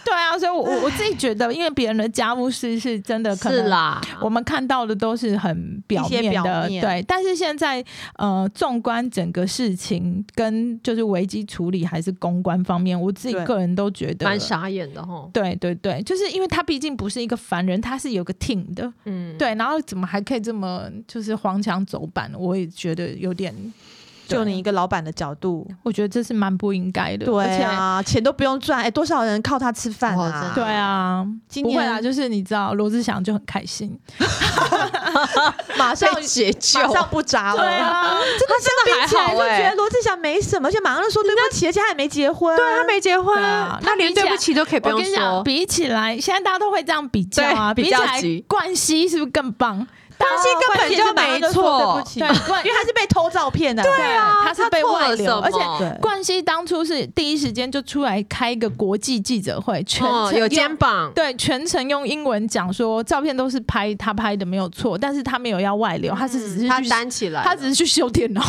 [SPEAKER 3] 对啊，所以我我我自己觉得，因为别人的家务事是真的可
[SPEAKER 2] 是
[SPEAKER 3] 能
[SPEAKER 2] 啦，
[SPEAKER 3] 我们看到的都是很表
[SPEAKER 1] 一
[SPEAKER 3] 面
[SPEAKER 1] 些
[SPEAKER 3] 的，
[SPEAKER 1] 表面
[SPEAKER 3] 对。但是现在，呃，纵观整个事情跟就是危机处理还是公关方面，我自己
[SPEAKER 1] 对
[SPEAKER 3] 个人都觉得
[SPEAKER 2] 蛮。傻眼的哈。
[SPEAKER 3] 对对对，就是因为他毕竟不是一个凡人，他是有个 team 的，
[SPEAKER 2] 嗯，
[SPEAKER 3] 对。然后怎么还可以这么就是黄腔走板？我也觉得有点，
[SPEAKER 1] 就
[SPEAKER 3] 对
[SPEAKER 1] 你一个老板的角度，
[SPEAKER 3] 我觉得这是蛮不应该的。
[SPEAKER 1] 对
[SPEAKER 3] 而
[SPEAKER 1] 啊，钱都不用赚，哎，多少人靠他吃饭
[SPEAKER 2] 哇真
[SPEAKER 1] 啊？
[SPEAKER 2] 的
[SPEAKER 3] 且，对啊，
[SPEAKER 1] 今
[SPEAKER 3] 不会啦，
[SPEAKER 1] 年
[SPEAKER 3] 就是你知道罗志祥就很开 心，
[SPEAKER 1] 马上
[SPEAKER 2] 被解救，
[SPEAKER 1] 马上不砸了。
[SPEAKER 3] 啊，
[SPEAKER 1] 真的
[SPEAKER 2] 真的
[SPEAKER 1] 相
[SPEAKER 2] 还
[SPEAKER 1] 比起来
[SPEAKER 2] 好
[SPEAKER 1] 就觉
[SPEAKER 2] 哎
[SPEAKER 1] 得罗志祥没什么，而且马上就说对不起，而且他还没结婚。对
[SPEAKER 2] 他没结婚
[SPEAKER 3] 对啊
[SPEAKER 2] 他连
[SPEAKER 3] 他比起来
[SPEAKER 2] 对不起都可以不
[SPEAKER 3] 我
[SPEAKER 2] 用
[SPEAKER 3] 跟你讲，
[SPEAKER 2] 说。
[SPEAKER 3] 比起来，现在大家都会这样比较啊，
[SPEAKER 2] 对
[SPEAKER 3] 比
[SPEAKER 2] 比
[SPEAKER 3] 起
[SPEAKER 2] 较
[SPEAKER 3] 来
[SPEAKER 2] 级，
[SPEAKER 3] 冠希是不是更 棒？大
[SPEAKER 1] 关系根本就没错，
[SPEAKER 3] 对，冠
[SPEAKER 1] 因为他是被偷照片的。对
[SPEAKER 3] 对啊他是被
[SPEAKER 2] 错
[SPEAKER 3] 外
[SPEAKER 2] 了
[SPEAKER 3] 流，
[SPEAKER 2] 什
[SPEAKER 3] 而且
[SPEAKER 2] 么
[SPEAKER 1] 对
[SPEAKER 3] 冠希当初是第一时间就出来开一个国际记者会，全程
[SPEAKER 2] 哦，
[SPEAKER 3] 用
[SPEAKER 2] 有肩膀，
[SPEAKER 3] 对，全程用英文讲说照片都是拍他拍的没有错，但是他没有要外流，他是只是去
[SPEAKER 2] 嗯他担起来了，啊
[SPEAKER 3] 他只是去修电脑，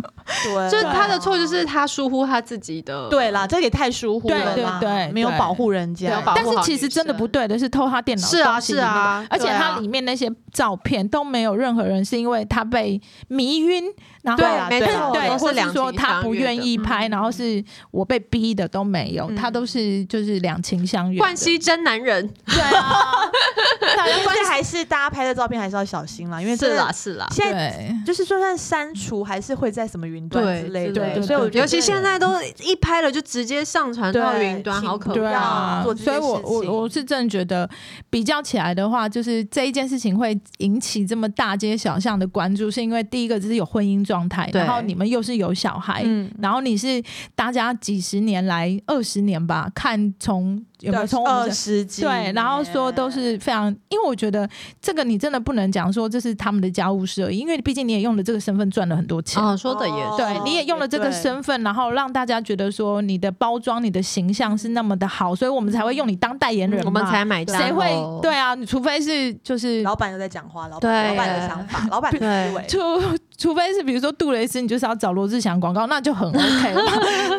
[SPEAKER 1] 对
[SPEAKER 2] 就是他的错，就是他疏忽他自己的。
[SPEAKER 1] 对啦，这也太疏忽了
[SPEAKER 3] 对
[SPEAKER 1] 啦，
[SPEAKER 3] 对对
[SPEAKER 1] 没有
[SPEAKER 3] 对
[SPEAKER 1] 保护人
[SPEAKER 2] 没有
[SPEAKER 1] 家
[SPEAKER 2] 保。护
[SPEAKER 3] 但
[SPEAKER 2] 好
[SPEAKER 3] 是其实真的不对的是偷他电脑，
[SPEAKER 2] 是啊是啊
[SPEAKER 3] 而且
[SPEAKER 2] 对啊
[SPEAKER 3] 它里面那些照片都没有任何人是因为他被迷晕，然后
[SPEAKER 1] 对啊
[SPEAKER 2] 没
[SPEAKER 1] 对
[SPEAKER 2] 错，
[SPEAKER 3] 对，
[SPEAKER 2] 都
[SPEAKER 3] 或
[SPEAKER 2] 是
[SPEAKER 3] 是
[SPEAKER 2] 两
[SPEAKER 3] 说
[SPEAKER 2] 情
[SPEAKER 3] 他
[SPEAKER 2] 相
[SPEAKER 3] 不
[SPEAKER 2] 悦
[SPEAKER 3] 愿
[SPEAKER 2] 的
[SPEAKER 3] 意
[SPEAKER 2] 嗯
[SPEAKER 3] 拍，然后是我被逼的都没有，他都是就是两情相悦的。
[SPEAKER 2] 冠希真男人，
[SPEAKER 3] 对啊，大家
[SPEAKER 1] 但
[SPEAKER 3] 关
[SPEAKER 1] 是还是大家拍的照片还是要小心啦，因为
[SPEAKER 2] 是
[SPEAKER 1] 真的
[SPEAKER 2] 啦是啦，
[SPEAKER 1] 现在
[SPEAKER 3] 对
[SPEAKER 1] 就是就算删除，还是会在什么云
[SPEAKER 2] 对
[SPEAKER 1] 端之类
[SPEAKER 2] 之类
[SPEAKER 1] 的。
[SPEAKER 3] 的
[SPEAKER 1] 所以我觉得
[SPEAKER 2] 尤其现在都一拍了就直接上传
[SPEAKER 1] 对
[SPEAKER 2] 到云端，好可
[SPEAKER 1] 不
[SPEAKER 3] 对
[SPEAKER 1] 要
[SPEAKER 3] 啊
[SPEAKER 2] 怕。
[SPEAKER 1] 做这
[SPEAKER 3] 所以
[SPEAKER 1] 件
[SPEAKER 3] 我
[SPEAKER 1] 事
[SPEAKER 3] 我
[SPEAKER 1] 情
[SPEAKER 3] 我是真的觉得，比较起来的话，就是这一件事情会引起这么大街小巷的关注，是因为第一个就是有婚姻状态，
[SPEAKER 2] 对
[SPEAKER 3] 然后你们又是有小孩，
[SPEAKER 1] 嗯，
[SPEAKER 3] 然后你是大家几十年来二十年吧，看从有没有从我们
[SPEAKER 1] 二
[SPEAKER 3] 的
[SPEAKER 1] 十几
[SPEAKER 3] 对，然后说都是非常，因为我觉得这个你真的不能讲说这是他们的家务事而已，因为毕竟你也用了这个身份赚了很多钱。
[SPEAKER 2] 哦，说的也
[SPEAKER 1] 哦
[SPEAKER 2] 是
[SPEAKER 3] 对，你也用了这个
[SPEAKER 1] 对
[SPEAKER 3] 身份，然后让大家觉得说你的包装、你的形象是那么的好，所以我们才会用你当代言人嘛。
[SPEAKER 2] 我们才买单哦，
[SPEAKER 3] 谁会？对啊，你除非是就是
[SPEAKER 1] 老板又在讲话，老
[SPEAKER 2] 对
[SPEAKER 1] 板老板的想法，老板的思维。
[SPEAKER 3] 除除非是比如说杜蕾斯，你就是要找罗志祥广告，那就很 OK 嘛。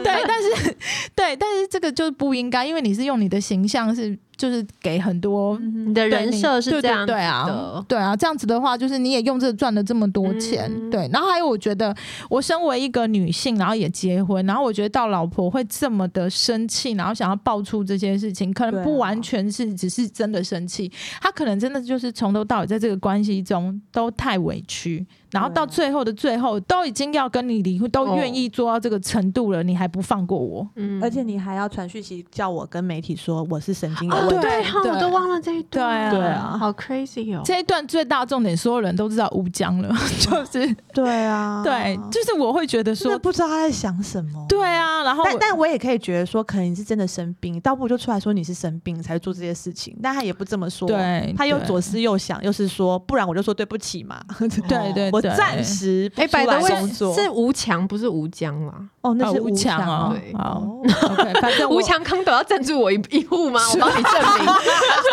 [SPEAKER 3] 对，但是对，但是这个就不应该，因为你是用你的形象是就是给很多
[SPEAKER 1] 嗯
[SPEAKER 2] 你的
[SPEAKER 3] 对
[SPEAKER 2] 人
[SPEAKER 3] 你
[SPEAKER 2] 设是
[SPEAKER 3] 对
[SPEAKER 2] 这
[SPEAKER 3] 对
[SPEAKER 2] 样子
[SPEAKER 3] 对
[SPEAKER 2] 的
[SPEAKER 3] 啊，，对啊，这样子的话，就是你也用这个赚了这么多钱，
[SPEAKER 2] 嗯
[SPEAKER 3] 对。然后还有，我觉得我身为一个女性，然后也结婚，然后我觉得到老婆会这么的生气，然后想要爆出这些事情，可
[SPEAKER 1] 对
[SPEAKER 3] 能
[SPEAKER 1] 啊
[SPEAKER 3] 不完全是只是真的生气，她可能真的就是从头到尾在这个关系中都太委屈，然后
[SPEAKER 1] 对啊
[SPEAKER 3] 到最后的最后，都已经要跟你离婚，都
[SPEAKER 2] 哦
[SPEAKER 3] 愿意做到这个程度了，你还不放过我？
[SPEAKER 2] 嗯
[SPEAKER 1] 而且你还要传讯息叫我跟媒体说我是神经有
[SPEAKER 2] 哦，
[SPEAKER 1] 问题。
[SPEAKER 2] 对哈，
[SPEAKER 3] 对
[SPEAKER 2] 我都忘了这一段，
[SPEAKER 3] 对啊对
[SPEAKER 1] 啊
[SPEAKER 2] 好 crazy 哦，
[SPEAKER 3] 这一段最大重点，所有人都知道乌江了， 就是
[SPEAKER 1] 对啊，
[SPEAKER 3] 对，就是我会觉得
[SPEAKER 1] 真的
[SPEAKER 3] 说。
[SPEAKER 1] 不知道他在想什么。
[SPEAKER 3] 对。啊，然后
[SPEAKER 1] 但
[SPEAKER 3] 我
[SPEAKER 1] 但我也可以觉得说，可能你是真的生病，倒不如就出来说你是生病才做这些事情。但他也不这么说，
[SPEAKER 3] 对，
[SPEAKER 1] 他又
[SPEAKER 3] 对
[SPEAKER 1] 左思右想，又是说，不然我就说对不起嘛。
[SPEAKER 3] 对对，
[SPEAKER 1] 我
[SPEAKER 3] 对
[SPEAKER 1] 暂时不
[SPEAKER 2] 哦哎，
[SPEAKER 1] 出
[SPEAKER 2] 百
[SPEAKER 1] 来
[SPEAKER 2] 德
[SPEAKER 1] 工
[SPEAKER 2] 威
[SPEAKER 1] 作。
[SPEAKER 2] 是吴强，不是吴江啦。
[SPEAKER 1] 哦，那
[SPEAKER 3] 啊
[SPEAKER 1] 是
[SPEAKER 3] 无
[SPEAKER 1] 强
[SPEAKER 3] 墙哦
[SPEAKER 2] 对，
[SPEAKER 3] 好
[SPEAKER 1] 哦
[SPEAKER 3] ，OK，反正我
[SPEAKER 2] 吴强康德要赞助我一一户吗？我
[SPEAKER 3] 是
[SPEAKER 2] 帮你证明。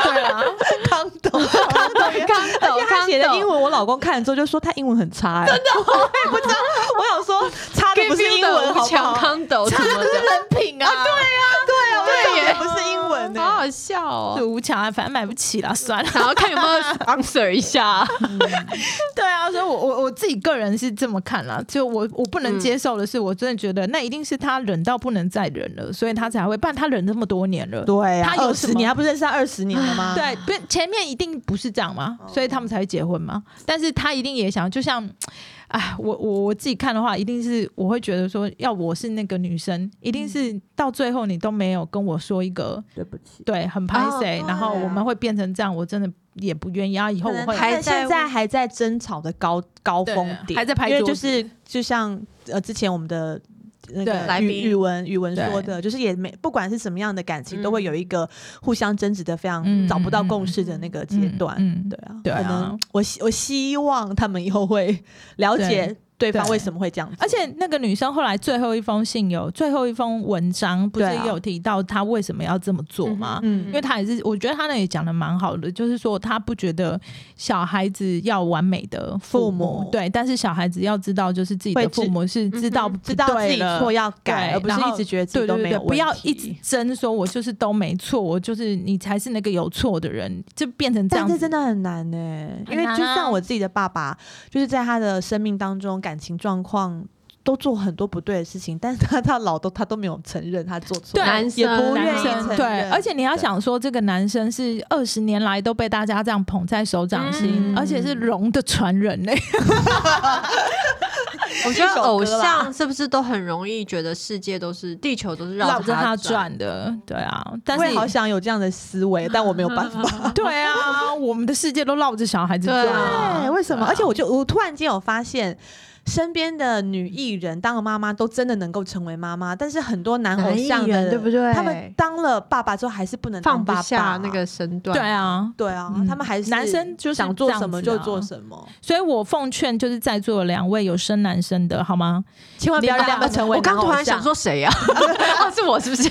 [SPEAKER 3] 对啊，
[SPEAKER 1] 康斗，康斗也
[SPEAKER 2] 康斗，康
[SPEAKER 1] 写的英文，我老公看了之后就说他英文很差、欸，真的， 我也不知道。我想说差的不是英文，好不
[SPEAKER 2] 强
[SPEAKER 1] 好？
[SPEAKER 2] 康斗什
[SPEAKER 3] 他
[SPEAKER 2] 么
[SPEAKER 3] 这是
[SPEAKER 2] 的，
[SPEAKER 3] 人品啊，
[SPEAKER 1] 对啊，
[SPEAKER 2] 对耶
[SPEAKER 1] 对，不是英文呢、
[SPEAKER 2] 好好笑哦。
[SPEAKER 3] 是无强啊，反正买不起 啦，算了。
[SPEAKER 2] 然后看有没有 sponsor 一下，
[SPEAKER 3] 对啊，所以我我我自己个人是这么看啦，就我我不能接受的是，我真的觉得那一定是他忍到不能再忍了，所以他才会，不然他忍这么多年了。
[SPEAKER 1] 对啊，
[SPEAKER 3] 他有
[SPEAKER 1] 二
[SPEAKER 3] 什
[SPEAKER 1] 十
[SPEAKER 3] 么
[SPEAKER 1] 年，他不认识他二十年了吗？
[SPEAKER 3] 对，不，前面一定不是这样嘛，
[SPEAKER 1] 哦
[SPEAKER 3] 所以他们才会结婚嘛。但是他一定也想，就像，哎，我我我自己看的话，一定是我会觉得说，要我是那个女生，一定是到最后你都没有跟我说一个，
[SPEAKER 1] 对不起。
[SPEAKER 3] 对，很拍
[SPEAKER 2] 哦
[SPEAKER 3] 谁，
[SPEAKER 2] 对
[SPEAKER 3] 然后我们会变成这样，我真的也不愿意啊。以后
[SPEAKER 1] 可能
[SPEAKER 3] 我会
[SPEAKER 1] 他们
[SPEAKER 2] 还在
[SPEAKER 1] 现在还在争吵的高高峰
[SPEAKER 3] 对
[SPEAKER 1] 点，
[SPEAKER 3] 还在拍
[SPEAKER 1] 因为
[SPEAKER 3] 桌
[SPEAKER 1] 就是就像呃之前我们的那
[SPEAKER 3] 对
[SPEAKER 1] 个
[SPEAKER 2] 来宾
[SPEAKER 1] 语语文语文
[SPEAKER 3] 对
[SPEAKER 1] 说的，就是也没不管是什么样的感情，
[SPEAKER 2] 嗯
[SPEAKER 1] 都会有一个互相争执的非常
[SPEAKER 3] 嗯
[SPEAKER 1] 找不到共识的那个阶段。
[SPEAKER 3] 嗯，嗯
[SPEAKER 1] 对啊，
[SPEAKER 3] 对啊
[SPEAKER 1] 可能我希我希望他们以后会了解对方
[SPEAKER 3] 对
[SPEAKER 1] 为什么会这样子，
[SPEAKER 3] 而且那个女生后来最后一封信有最后一封文章，不是
[SPEAKER 1] 对啊
[SPEAKER 3] 也有提到她为什么要这么做吗？
[SPEAKER 1] 嗯
[SPEAKER 3] 因为她也是，我觉得她那也讲的蛮好的，就是说她不觉得小孩子要完美的父
[SPEAKER 1] 父母
[SPEAKER 3] 对，但是小孩子要知道，就是自己
[SPEAKER 1] 会
[SPEAKER 3] 的
[SPEAKER 1] 知
[SPEAKER 3] 父母是知道
[SPEAKER 2] 嗯
[SPEAKER 3] 不
[SPEAKER 1] 知道自
[SPEAKER 3] 对
[SPEAKER 1] 己
[SPEAKER 3] 了
[SPEAKER 1] 错要改，
[SPEAKER 3] 对
[SPEAKER 1] 而不是
[SPEAKER 3] 然后
[SPEAKER 1] 一直觉得自己
[SPEAKER 3] 对
[SPEAKER 1] 都
[SPEAKER 3] 对
[SPEAKER 1] 没
[SPEAKER 3] 对，
[SPEAKER 1] 有
[SPEAKER 3] 不要
[SPEAKER 1] 问题
[SPEAKER 3] 一直争说，我就是都没错，我就是你才是那个有错的人，就变成这
[SPEAKER 1] 但
[SPEAKER 3] 样
[SPEAKER 1] 这
[SPEAKER 3] 子。
[SPEAKER 1] 真的很难呢、欸因
[SPEAKER 3] 很
[SPEAKER 1] 为
[SPEAKER 3] 难
[SPEAKER 1] 就
[SPEAKER 3] 啊
[SPEAKER 1] 像我自己的爸爸，就是在他的生命当中，感情状况都做很多不对的事情，但是他到老都他都没有承认他做错
[SPEAKER 3] 对，
[SPEAKER 2] 男
[SPEAKER 1] 也不愿
[SPEAKER 2] 生
[SPEAKER 3] 男
[SPEAKER 1] 意承
[SPEAKER 3] 生
[SPEAKER 1] 认。
[SPEAKER 3] 对，而且你要
[SPEAKER 1] 对
[SPEAKER 3] 想说，这个男生是二十年来都被大家这样捧在手掌心，
[SPEAKER 1] 嗯
[SPEAKER 3] 而且是龙的传人欸嘞、
[SPEAKER 2] 我觉得偶
[SPEAKER 1] 一首歌啦
[SPEAKER 2] 像是不是都很容易觉得世界都是地球都是绕
[SPEAKER 3] 绕着他
[SPEAKER 2] 转？
[SPEAKER 3] 转的。对啊，但
[SPEAKER 1] 我也
[SPEAKER 3] 是
[SPEAKER 1] 好想有这样的思 维，但我没有办法。
[SPEAKER 3] 对啊，我们的世界都绕着小孩子转、
[SPEAKER 2] 对啊
[SPEAKER 1] 对，为什么？而且我就我突然间有发现。身边的女艺人当了妈妈，都真的能够成为妈妈，但是很多男偶
[SPEAKER 2] 男艺
[SPEAKER 1] 像的，
[SPEAKER 2] 人对不对
[SPEAKER 1] 他们当了爸爸之后，还是不能当
[SPEAKER 2] 放不
[SPEAKER 1] 爸爸
[SPEAKER 2] 下那个身段，
[SPEAKER 3] 对啊，
[SPEAKER 1] 对啊，
[SPEAKER 3] 嗯
[SPEAKER 1] 他们还是
[SPEAKER 3] 男生就是
[SPEAKER 1] 想做
[SPEAKER 3] 这样
[SPEAKER 1] 什么
[SPEAKER 3] 子啊
[SPEAKER 1] 就做什么，
[SPEAKER 3] 所以我奉劝就是在座的两位有生男生的好 吗？
[SPEAKER 1] 千万不要让他们成为
[SPEAKER 2] 我刚
[SPEAKER 1] 男偶
[SPEAKER 2] 突然想
[SPEAKER 1] 像
[SPEAKER 2] 说谁呀、啊？哦，是我是不是？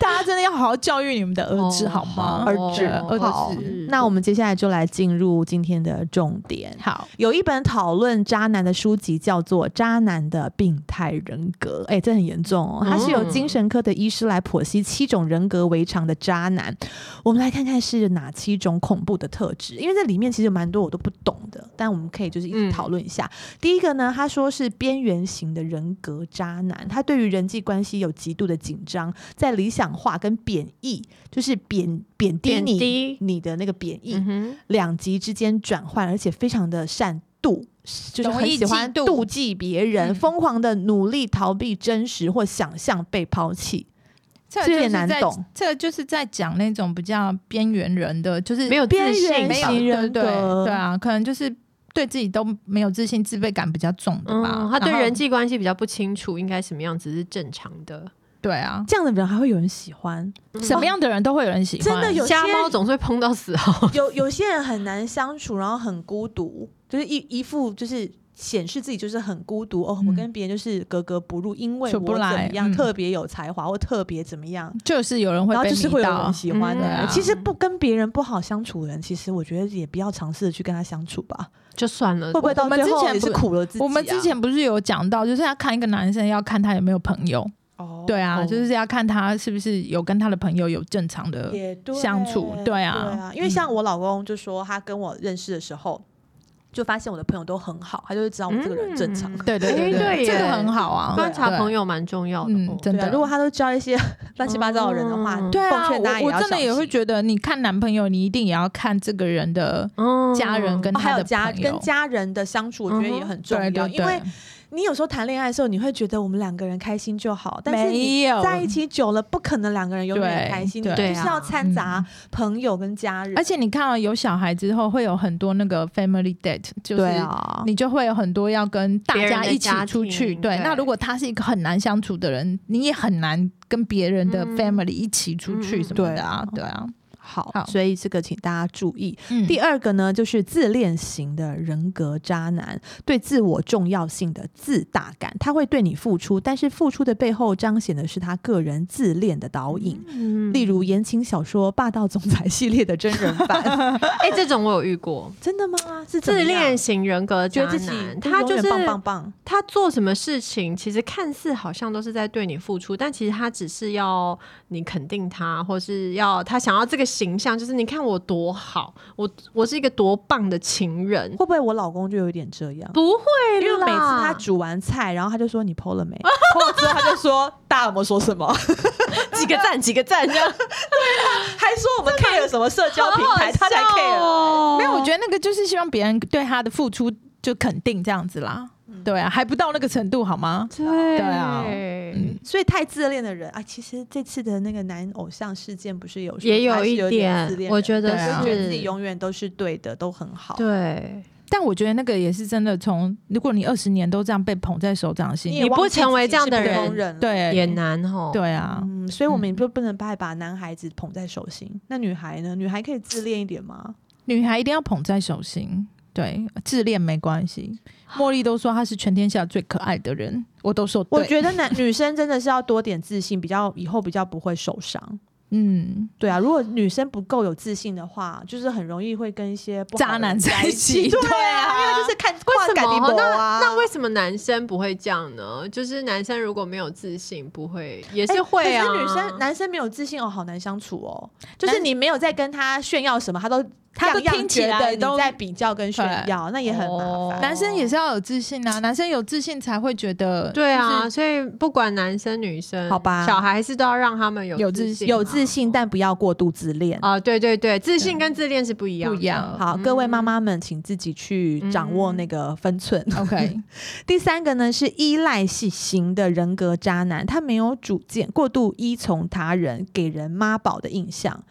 [SPEAKER 3] 大家真的要好好教育你们的儿子
[SPEAKER 2] 哦
[SPEAKER 3] 好吗？
[SPEAKER 2] 好
[SPEAKER 1] 二
[SPEAKER 2] 哦
[SPEAKER 1] 指嗯
[SPEAKER 3] 对二
[SPEAKER 1] 好
[SPEAKER 3] 指
[SPEAKER 2] 是
[SPEAKER 1] 那我们接下来就来进入今天的重点。
[SPEAKER 3] 好，
[SPEAKER 1] 有一本讨论渣男的书籍，叫做《渣男的病态人格》。哎、这很严重哦！它是由
[SPEAKER 2] 嗯
[SPEAKER 1] 精神科的医师来剖析七种人格为常的渣男。我们来看看是哪七种恐怖的特质，因为这里面其实有蛮多我都不懂的，但我们可以就是一起
[SPEAKER 2] 嗯
[SPEAKER 1] 讨论一下。第一个呢，他说是边缘型的人格渣男，他对于人际关系有极度的紧张，在理想化跟贬义，就是贬贬低
[SPEAKER 2] 贬
[SPEAKER 1] 你
[SPEAKER 2] 低
[SPEAKER 1] 你的那个贬义，
[SPEAKER 2] 嗯哼，
[SPEAKER 1] 两极之间转换，而且非常的善妒，就是
[SPEAKER 3] 容
[SPEAKER 1] 很
[SPEAKER 3] 易
[SPEAKER 1] 喜欢
[SPEAKER 3] 嫉妒
[SPEAKER 1] 妒忌别人，
[SPEAKER 3] 嗯
[SPEAKER 1] 疯狂的努力逃避真实或想象被抛弃。这
[SPEAKER 3] 这
[SPEAKER 1] 有
[SPEAKER 3] 就
[SPEAKER 1] 点
[SPEAKER 3] 是
[SPEAKER 1] 难
[SPEAKER 3] 在
[SPEAKER 1] 懂
[SPEAKER 3] 这就是在讲那种比较边缘人的，就是
[SPEAKER 2] 没有自
[SPEAKER 1] 边缘
[SPEAKER 2] 信，
[SPEAKER 3] 没有
[SPEAKER 1] 型人
[SPEAKER 3] 对
[SPEAKER 1] 格
[SPEAKER 3] 对对啊，可能就是对自己都没有自信，自卑感比较重的吧。
[SPEAKER 2] 嗯，他对
[SPEAKER 3] 然后
[SPEAKER 2] 人际关系比较不清楚，应该什么样子是正常的。
[SPEAKER 3] 对啊，
[SPEAKER 1] 这样的人还会有人喜欢？
[SPEAKER 3] 什么样的人都会有人喜欢，
[SPEAKER 1] 真的有些
[SPEAKER 2] 家猫总是会碰到死耗，
[SPEAKER 1] 有有些人很难相处，然后很孤独，就是一一副就是。显示自己就是很孤独哦，
[SPEAKER 3] 嗯
[SPEAKER 1] 我跟别人就是格格不入，因为
[SPEAKER 3] 处
[SPEAKER 1] 我
[SPEAKER 3] 不
[SPEAKER 1] 怎
[SPEAKER 3] 来
[SPEAKER 1] 么样
[SPEAKER 3] 嗯
[SPEAKER 1] 特别有才华或特别怎么样，
[SPEAKER 3] 就是有人会
[SPEAKER 1] 然后
[SPEAKER 3] 被
[SPEAKER 1] 就是
[SPEAKER 3] 迷
[SPEAKER 1] 会有
[SPEAKER 3] 到
[SPEAKER 1] 人。喜欢的
[SPEAKER 2] 嗯
[SPEAKER 1] 人。
[SPEAKER 3] 对啊
[SPEAKER 1] 其实不跟别人不好相处的人，其实我觉得也不要尝试去跟他相处吧，
[SPEAKER 2] 就算了。
[SPEAKER 1] 会不会到
[SPEAKER 3] 我们
[SPEAKER 1] 最
[SPEAKER 3] 之
[SPEAKER 1] 后
[SPEAKER 3] 前
[SPEAKER 1] 也是
[SPEAKER 3] 不
[SPEAKER 1] 苦了自己啊？
[SPEAKER 3] 我们之前不是有讲到，就是要看一个男生要看他有没有朋友，
[SPEAKER 1] 哦
[SPEAKER 3] 对啊，
[SPEAKER 1] 哦
[SPEAKER 3] 就是要看他是不是有跟他的朋友有正常的，
[SPEAKER 1] 也对
[SPEAKER 3] 相处对啊
[SPEAKER 1] 对啊，因为像我老公就说，他跟我认识的时候，就发现我的朋友都很好，他就会知道我这个人正 常。啊
[SPEAKER 2] 嗯
[SPEAKER 3] 对对对
[SPEAKER 2] 哎对耶
[SPEAKER 3] 这个很好啊，
[SPEAKER 2] 观察
[SPEAKER 3] 对
[SPEAKER 2] 朋友蛮重要的哦。
[SPEAKER 3] 嗯，真
[SPEAKER 1] 对啊
[SPEAKER 3] 的。嗯
[SPEAKER 1] 如果他都交一些 乱七八糟的人的话，
[SPEAKER 2] 嗯
[SPEAKER 3] 对啊，
[SPEAKER 1] 奉劝大家
[SPEAKER 3] 我
[SPEAKER 1] 也要
[SPEAKER 3] 我真的
[SPEAKER 1] 小
[SPEAKER 3] 也会
[SPEAKER 1] 心
[SPEAKER 3] 觉得，你看男朋友，你一定也要看这个人的
[SPEAKER 2] 嗯
[SPEAKER 3] 家人跟
[SPEAKER 1] 哦还
[SPEAKER 3] 他
[SPEAKER 1] 有
[SPEAKER 3] 的
[SPEAKER 1] 家
[SPEAKER 3] 朋友嗯
[SPEAKER 1] 跟家人的相处，我觉得也很重
[SPEAKER 3] 对
[SPEAKER 1] 要，
[SPEAKER 3] 对
[SPEAKER 1] 因为
[SPEAKER 3] 对，
[SPEAKER 1] 你有时候谈恋爱的时候，你会觉得我们两个人开心就好，但是你
[SPEAKER 3] 没有
[SPEAKER 1] 在一起久了，不可能两个人永远
[SPEAKER 3] 对
[SPEAKER 1] 开心，你就
[SPEAKER 3] 对嗯
[SPEAKER 1] 是要
[SPEAKER 2] 啊
[SPEAKER 1] 掺杂朋友跟家人，
[SPEAKER 3] 而且你看啊，有小孩之后会有很多那个 family date，就是
[SPEAKER 1] 对啊，
[SPEAKER 3] 你就会有很多要跟大
[SPEAKER 2] 别人
[SPEAKER 3] 家
[SPEAKER 2] 的
[SPEAKER 3] 一起
[SPEAKER 2] 家
[SPEAKER 3] 出去。
[SPEAKER 2] 庭
[SPEAKER 3] 对，
[SPEAKER 2] 对
[SPEAKER 3] 那如果他是一个很难相处的人，你也很难跟别人的
[SPEAKER 2] 嗯
[SPEAKER 3] family 一起出去
[SPEAKER 2] 嗯
[SPEAKER 3] 什么的啊，
[SPEAKER 1] 对
[SPEAKER 3] 对啊。
[SPEAKER 1] 好，
[SPEAKER 3] 好
[SPEAKER 1] 所以这个请大家注意。
[SPEAKER 3] 嗯
[SPEAKER 1] 第二个呢，就是自恋型的人格渣男，对自我重要性的自大感，他会对你付出，但是付出的背后彰显的是他个人自恋的导引，
[SPEAKER 2] 嗯
[SPEAKER 1] 例如言情小说《霸道总裁》系列的真人 版。
[SPEAKER 2] 哎、这种我有 遇过，
[SPEAKER 1] 真的吗？是怎么
[SPEAKER 2] 自
[SPEAKER 1] 样
[SPEAKER 2] 恋型人格
[SPEAKER 1] 觉
[SPEAKER 2] 渣
[SPEAKER 1] 得自己
[SPEAKER 2] 男，
[SPEAKER 1] 都
[SPEAKER 2] 他
[SPEAKER 1] 永
[SPEAKER 2] 就
[SPEAKER 1] 远
[SPEAKER 2] 是
[SPEAKER 1] 棒棒棒，
[SPEAKER 2] 他做什么事情，其实看似好像都是在对你付出，但其实他只是要你肯定他，或是要他想要这个形象，就是你看我多好，我我是一个多棒的情人，
[SPEAKER 1] 会不会我老公就有点这样？
[SPEAKER 2] 不会
[SPEAKER 1] 因为每次他
[SPEAKER 2] 啦，
[SPEAKER 1] 煮完菜，然后他就说你剖了没？ 剖了之后他就说大家有没有说什么？
[SPEAKER 2] 几个赞几个赞这样，
[SPEAKER 1] 还说我们 care 什么社交平台，他才 care。
[SPEAKER 2] 哦
[SPEAKER 3] 没有，我觉得那个就是希望别人对他的付出就肯定这样子啦。对啊，还不到那个程度好吗？
[SPEAKER 2] 对
[SPEAKER 3] 对啊
[SPEAKER 2] 嗯
[SPEAKER 1] 所以太自恋的人啊，其实这次的那个男偶像事件不是有说
[SPEAKER 2] 也
[SPEAKER 1] 他
[SPEAKER 2] 有
[SPEAKER 1] 是
[SPEAKER 2] 一
[SPEAKER 1] 有
[SPEAKER 2] 点
[SPEAKER 1] 自恋人，
[SPEAKER 2] 我觉
[SPEAKER 3] 对
[SPEAKER 2] 得
[SPEAKER 3] 啊
[SPEAKER 1] 就觉得自己
[SPEAKER 2] 是
[SPEAKER 1] 永远都是对的，都很好。
[SPEAKER 2] 对，
[SPEAKER 3] 但我觉得那个也是真的从，如果你二十年都这样被捧在手掌心，
[SPEAKER 1] 你
[SPEAKER 3] 你
[SPEAKER 1] 也
[SPEAKER 2] 你不
[SPEAKER 1] 忘记
[SPEAKER 2] 成为
[SPEAKER 1] 自己
[SPEAKER 2] 这样
[SPEAKER 1] 是
[SPEAKER 2] 的
[SPEAKER 1] 普通
[SPEAKER 2] 人
[SPEAKER 1] 人了，
[SPEAKER 3] 对
[SPEAKER 2] 也难哦。
[SPEAKER 3] 对啊，
[SPEAKER 1] 嗯，所以我们
[SPEAKER 3] 嗯
[SPEAKER 1] 也就不能太把男孩子捧在手心。那女孩呢？女孩可以自恋一点吗？
[SPEAKER 3] 女孩一定要捧在手心。对，自恋没关系。茉莉都说她是全天下最可爱的人，我都说对。
[SPEAKER 1] 我觉得男女生真的是要多点自信，比较以后比较不会受伤。
[SPEAKER 3] 嗯，
[SPEAKER 1] 对啊，如果女生不够有自信的话，就是很容易会跟一些不好的
[SPEAKER 3] 渣男
[SPEAKER 1] 人
[SPEAKER 3] 在一起，
[SPEAKER 1] 对
[SPEAKER 3] 啊，
[SPEAKER 1] 啊，因为就是看
[SPEAKER 2] 为
[SPEAKER 1] 跨
[SPEAKER 2] 什
[SPEAKER 1] 改地
[SPEAKER 2] 么？
[SPEAKER 1] 步
[SPEAKER 2] 那
[SPEAKER 1] 啊
[SPEAKER 2] 哦那为什么男生不会这样呢？就是男生如果没有自信，不会也是会啊。
[SPEAKER 1] 哎可是女生男生没有自信哦，好难相处哦。就是
[SPEAKER 3] 男
[SPEAKER 1] 你没有在跟他炫耀什么，他都
[SPEAKER 3] 他都
[SPEAKER 1] 样样
[SPEAKER 3] 听起
[SPEAKER 1] 觉得
[SPEAKER 3] 来
[SPEAKER 1] 你
[SPEAKER 3] 都
[SPEAKER 1] 在比较跟炫耀，那也很麻烦。
[SPEAKER 2] 哦
[SPEAKER 3] 男生也是要有自信啊，男生有自信才会觉得
[SPEAKER 2] 对啊，
[SPEAKER 3] 就是
[SPEAKER 2] 所以不管男生女生，
[SPEAKER 1] 好吧
[SPEAKER 2] 小孩还是都要让他们有
[SPEAKER 3] 有
[SPEAKER 2] 自
[SPEAKER 3] 自啊
[SPEAKER 2] 信嘛，
[SPEAKER 1] 有自信，但不要过度自恋。
[SPEAKER 3] 哦
[SPEAKER 2] 啊、对对对，自信跟自恋是不一样的，
[SPEAKER 3] 不一样
[SPEAKER 1] 好，
[SPEAKER 2] 嗯
[SPEAKER 1] 各位妈妈们，请自己去掌握那个
[SPEAKER 3] 嗯
[SPEAKER 1] 分寸。
[SPEAKER 3] OK，
[SPEAKER 1] 第三个呢是依赖系型的人格渣男，他没有主见，过度依从他人，给人妈宝的印象，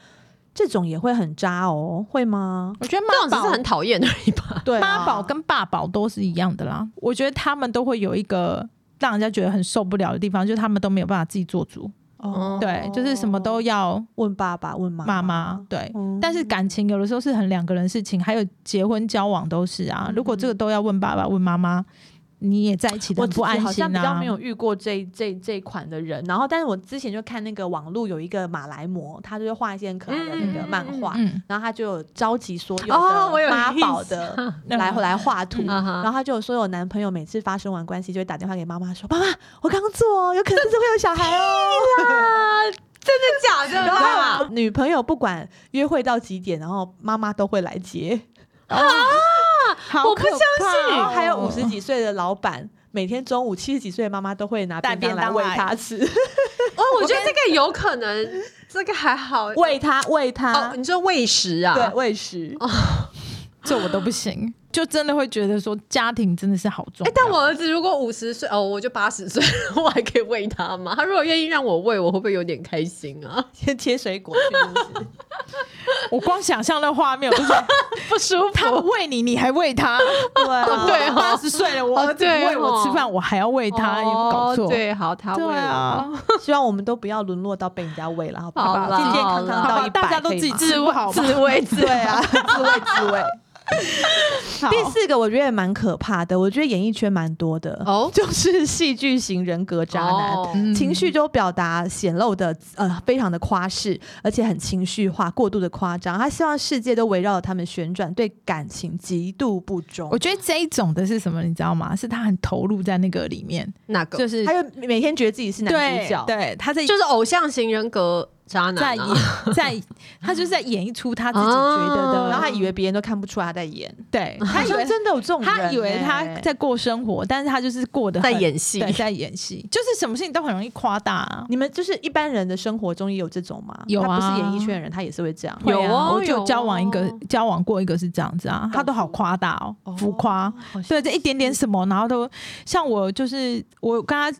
[SPEAKER 1] 这种也会很渣哦，会 吗？
[SPEAKER 3] 我觉得
[SPEAKER 2] 这
[SPEAKER 3] 妈
[SPEAKER 2] 种只是
[SPEAKER 3] 宝
[SPEAKER 2] 很讨厌而已吧。
[SPEAKER 1] 对啊，
[SPEAKER 3] 妈宝跟爸宝都是一样的啦。我觉得他们都会有一个让人家觉得很受不了的地方，就是他们都没有办法自己做主，
[SPEAKER 1] 哦
[SPEAKER 3] 对，就是什么都要
[SPEAKER 1] 问爸爸问妈
[SPEAKER 3] 妈妈，对。
[SPEAKER 1] 嗯
[SPEAKER 3] 但是感情有的时候是很两个人的事情，还有结婚交往都是啊。
[SPEAKER 1] 嗯
[SPEAKER 3] 如果这个都要问爸爸问妈妈，你也在一起的
[SPEAKER 1] 我
[SPEAKER 3] 很
[SPEAKER 1] 自
[SPEAKER 3] 不
[SPEAKER 1] 己
[SPEAKER 3] 安
[SPEAKER 1] 好像
[SPEAKER 3] 心
[SPEAKER 1] 比较
[SPEAKER 3] 啊
[SPEAKER 1] 没。有遇过这这这一款的人，然后但是我之前就看那个网络有一个马来模，他就是画一些很可爱的那个
[SPEAKER 2] 嗯
[SPEAKER 1] 漫画，
[SPEAKER 3] 嗯，
[SPEAKER 1] 然后他就有召集所有
[SPEAKER 2] 哦我
[SPEAKER 1] 的
[SPEAKER 2] 有
[SPEAKER 1] 妈
[SPEAKER 2] 印
[SPEAKER 1] 宝的 来来画图，
[SPEAKER 2] 嗯哼
[SPEAKER 1] 然 后他就有说有男朋友每次发生完关系就会打电话给妈妈说：“妈妈，我刚做哦，有可能是会有小孩哦。
[SPEAKER 2] 啊，真的假的
[SPEAKER 1] 然
[SPEAKER 2] 啦？
[SPEAKER 1] 后女朋友不管约会到几点，然后妈妈都会来接。
[SPEAKER 3] 哦
[SPEAKER 1] 啊
[SPEAKER 3] 好
[SPEAKER 2] 我不
[SPEAKER 3] 可
[SPEAKER 2] 相信
[SPEAKER 3] 怕
[SPEAKER 1] 然
[SPEAKER 3] 哦
[SPEAKER 1] 后还有五十几岁的老板，每天中午七十几岁的妈妈都会拿
[SPEAKER 3] 带
[SPEAKER 1] 便当
[SPEAKER 3] 便
[SPEAKER 1] 来
[SPEAKER 3] 当
[SPEAKER 1] 喂
[SPEAKER 3] 来
[SPEAKER 1] 他吃，
[SPEAKER 2] 哦，我觉得这个有可能，这个还好。
[SPEAKER 1] 喂他喂
[SPEAKER 2] 哦
[SPEAKER 1] 他，，
[SPEAKER 2] 你说喂食啊？
[SPEAKER 1] 对，喂食。
[SPEAKER 3] 这我都不行，就真的会觉得说家庭真的是好重
[SPEAKER 2] 哎、
[SPEAKER 3] 要。
[SPEAKER 2] 但我儿子如果五十岁哦，我就八十岁， 我还可以喂他吗？他如果愿意让我喂，我会不会有点开心啊？
[SPEAKER 1] 先切水果去吃，
[SPEAKER 3] 我光想象那画面，我就觉得
[SPEAKER 2] 不舒
[SPEAKER 3] 他喂你，你还喂他，
[SPEAKER 1] 对啊
[SPEAKER 2] 对哦
[SPEAKER 3] 八十岁了，我
[SPEAKER 2] 哦
[SPEAKER 3] 儿子不
[SPEAKER 2] 对
[SPEAKER 3] 喂
[SPEAKER 2] 哦
[SPEAKER 3] 我吃饭，我还要喂 他，有没有搞
[SPEAKER 2] 哦，
[SPEAKER 3] 错？
[SPEAKER 2] 对，好，他喂
[SPEAKER 3] 对啊
[SPEAKER 2] 了，，
[SPEAKER 1] 希望我们都不要沦落到被人家喂了，好不
[SPEAKER 2] 好啦
[SPEAKER 1] 健健
[SPEAKER 2] 好
[SPEAKER 1] 康
[SPEAKER 2] 啦
[SPEAKER 1] 康
[SPEAKER 3] 好
[SPEAKER 1] 到
[SPEAKER 3] 吧
[SPEAKER 1] 一百，
[SPEAKER 3] 大家都
[SPEAKER 1] 可以
[SPEAKER 3] 自己
[SPEAKER 1] 吗
[SPEAKER 3] 自慰好吗？
[SPEAKER 2] 自慰自
[SPEAKER 1] 对啊，自慰自慰。
[SPEAKER 3] 好
[SPEAKER 1] 第四个我觉得也蛮可怕的，我觉得演艺圈蛮多的，
[SPEAKER 2] 哦
[SPEAKER 1] 就是戏剧型人格渣男。
[SPEAKER 2] 哦
[SPEAKER 3] 嗯
[SPEAKER 1] 情绪就表达显露的呃非常的夸饰，而且很情绪化，过度的夸张。他希望世界都围绕着他们旋转，对感情极度不忠
[SPEAKER 3] 我。觉得这一种的是什么，你知道吗？是他很投入在那个里面，
[SPEAKER 2] 哪个？
[SPEAKER 3] 就是
[SPEAKER 1] 他就每天觉得自己是男主角，
[SPEAKER 3] 对，他在
[SPEAKER 2] 就是偶像型人格渣男、啊，
[SPEAKER 3] 在演在，他就是在演一出他自己觉得
[SPEAKER 2] 哦
[SPEAKER 3] 的，
[SPEAKER 1] 然
[SPEAKER 3] 然
[SPEAKER 1] 后
[SPEAKER 3] 后
[SPEAKER 1] 他
[SPEAKER 3] 他
[SPEAKER 1] 以为别人都看不出来他在演，
[SPEAKER 3] 对
[SPEAKER 1] 他
[SPEAKER 3] 他以
[SPEAKER 1] 以为
[SPEAKER 3] 为
[SPEAKER 1] 真的有这种人欸、
[SPEAKER 3] 他以为他在过生活，但是他就是过得
[SPEAKER 2] 在
[SPEAKER 3] 很
[SPEAKER 2] 演戏
[SPEAKER 3] 对，在演戏，就是什么事情都很容易夸大啊。
[SPEAKER 1] 你们就是一般人的生活中也有这种吗？
[SPEAKER 3] 有啊
[SPEAKER 1] 他不是演艺圈的人，他也是会这样。
[SPEAKER 2] 有
[SPEAKER 3] 会
[SPEAKER 2] 哦
[SPEAKER 3] 啊我
[SPEAKER 2] 有
[SPEAKER 3] 就交往一个
[SPEAKER 2] 哦
[SPEAKER 3] 交往过一个是这样子啊，他都好夸大
[SPEAKER 1] 哦
[SPEAKER 3] 哦，浮夸。对，这一点点什么，然后都像我，就是我跟他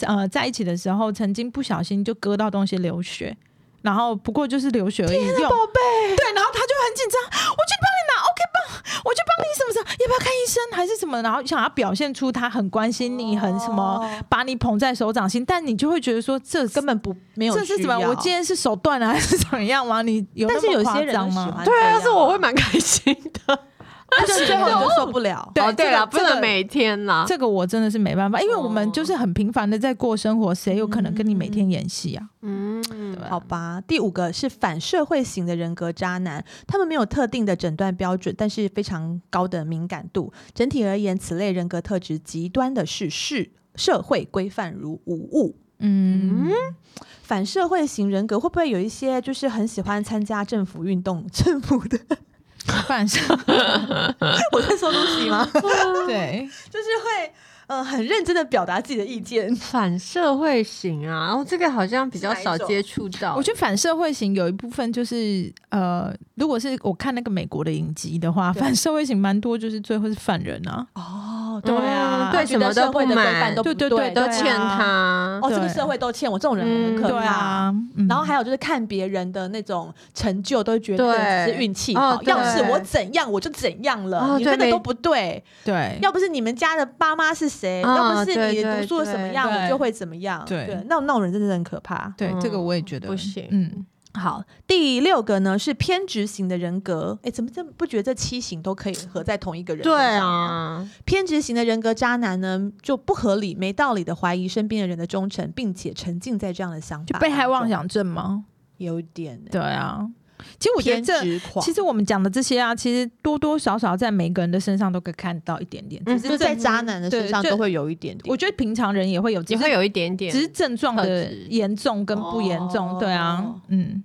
[SPEAKER 3] 呃在一起的时候，曾经不小心就割到东西流血，然后不过就是流血而已，用
[SPEAKER 1] 宝贝，
[SPEAKER 3] 对，然后他就很紧张，我去帮你拿 OK 棒，我去帮你什么什么，要不要看医生还是什么？然后想要表现出他很关心你，很什么，
[SPEAKER 1] 哦
[SPEAKER 3] 把你捧在手掌心，但你就会觉得说这
[SPEAKER 1] 根本不没有
[SPEAKER 3] 这是
[SPEAKER 1] 需
[SPEAKER 3] 怎么样？
[SPEAKER 1] 要
[SPEAKER 3] 我今天是手断了还是怎么样吗？你有
[SPEAKER 1] 但
[SPEAKER 3] 那
[SPEAKER 1] 是
[SPEAKER 3] 么
[SPEAKER 1] 有
[SPEAKER 3] 夸
[SPEAKER 1] 些人
[SPEAKER 3] 张
[SPEAKER 1] 喜
[SPEAKER 3] 吗？
[SPEAKER 1] 欢
[SPEAKER 2] 对
[SPEAKER 1] 这
[SPEAKER 2] 啊，
[SPEAKER 1] 样
[SPEAKER 2] 是我会蛮开心的。
[SPEAKER 1] 但是最后你就受不了。
[SPEAKER 3] 对
[SPEAKER 2] 哦，对啦，
[SPEAKER 3] 这
[SPEAKER 2] 不
[SPEAKER 3] 个这
[SPEAKER 2] 能
[SPEAKER 3] 个
[SPEAKER 2] 每天啦。
[SPEAKER 3] 这个我真的是没办法，因为我们就是很平凡的在过生活，谁有可能跟你每天演戏啊？
[SPEAKER 2] 嗯，
[SPEAKER 3] 对
[SPEAKER 1] 好吧，第五个是反社会型的人格渣男，他们没有特定的诊断标准，但是非常高的敏感度。整体而言，此类人格特质极端的是视社会规范如无物。
[SPEAKER 3] 嗯，
[SPEAKER 1] 反社会型人格会不会有一些就是很喜欢参加政府运动、政府的？
[SPEAKER 3] 反正
[SPEAKER 1] 我在说东西吗？
[SPEAKER 3] 对，
[SPEAKER 1] 就是会呃很认真的表达自己的意见。
[SPEAKER 2] 反社会型啊，然后这个好像比较少接触到。
[SPEAKER 3] 我觉得反社会型有一部分就是呃，如果是我看那个美国的影集的话，
[SPEAKER 1] 对
[SPEAKER 3] 反社会型蛮多，就是最后是犯人啊。
[SPEAKER 1] 哦，
[SPEAKER 2] 对啊对什么都不满
[SPEAKER 1] 都不
[SPEAKER 3] 对
[SPEAKER 1] 对
[SPEAKER 3] 对对
[SPEAKER 2] 都
[SPEAKER 1] 啊
[SPEAKER 2] 欠他。
[SPEAKER 1] 哦，这个
[SPEAKER 3] 对
[SPEAKER 1] 社会都欠我，这种人
[SPEAKER 2] 嗯
[SPEAKER 1] 很可
[SPEAKER 3] 对
[SPEAKER 1] 怕。
[SPEAKER 3] 啊，嗯
[SPEAKER 1] 然后还有就是看别人的那种成就，都觉得
[SPEAKER 2] 对
[SPEAKER 1] 只是运气
[SPEAKER 2] 哦
[SPEAKER 1] 好。要是
[SPEAKER 2] 对
[SPEAKER 1] 我怎样，我就怎样了。
[SPEAKER 2] 哦
[SPEAKER 1] 你
[SPEAKER 2] 对
[SPEAKER 1] 真的
[SPEAKER 2] 没
[SPEAKER 1] 都不对，
[SPEAKER 3] 对，
[SPEAKER 1] 要不是你们家的爸妈是谁，
[SPEAKER 2] 哦
[SPEAKER 1] 要不是
[SPEAKER 2] 对
[SPEAKER 1] 你
[SPEAKER 2] 对
[SPEAKER 1] 读书的什么样，
[SPEAKER 3] 对
[SPEAKER 1] 我就会怎么样。
[SPEAKER 3] 对
[SPEAKER 1] 那那种人真的很可怕。
[SPEAKER 3] 对
[SPEAKER 2] 嗯
[SPEAKER 3] 这个我也觉得
[SPEAKER 2] 不行
[SPEAKER 3] 嗯，
[SPEAKER 1] 好，第六个呢是偏执型的人格。哎，怎么这不觉得这七型都可以合在同一个人？
[SPEAKER 2] 对，啊，
[SPEAKER 1] 偏执型的人格渣男呢，就不合理、没道理的怀疑身边的人的忠诚，并且沉浸在这样的想
[SPEAKER 3] 就
[SPEAKER 1] 法，
[SPEAKER 3] 被害妄，想症吗？
[SPEAKER 1] 有点欸
[SPEAKER 3] 对啊，其实我觉得
[SPEAKER 1] 偏
[SPEAKER 3] 这
[SPEAKER 1] 执狂。
[SPEAKER 3] 其实我们讲的这些啊，其实多多少少在每个人的身上都可以看到一点点。
[SPEAKER 2] 嗯
[SPEAKER 1] 只是在渣男的身上
[SPEAKER 3] 对就
[SPEAKER 1] 都会有一点点。
[SPEAKER 3] 我觉得平常人也会有，只
[SPEAKER 2] 也
[SPEAKER 3] 是
[SPEAKER 2] 会有一点点。
[SPEAKER 3] 只是症状
[SPEAKER 2] 特
[SPEAKER 3] 的
[SPEAKER 2] 质
[SPEAKER 3] 严重跟不严
[SPEAKER 1] 哦
[SPEAKER 3] 重。对啊，嗯，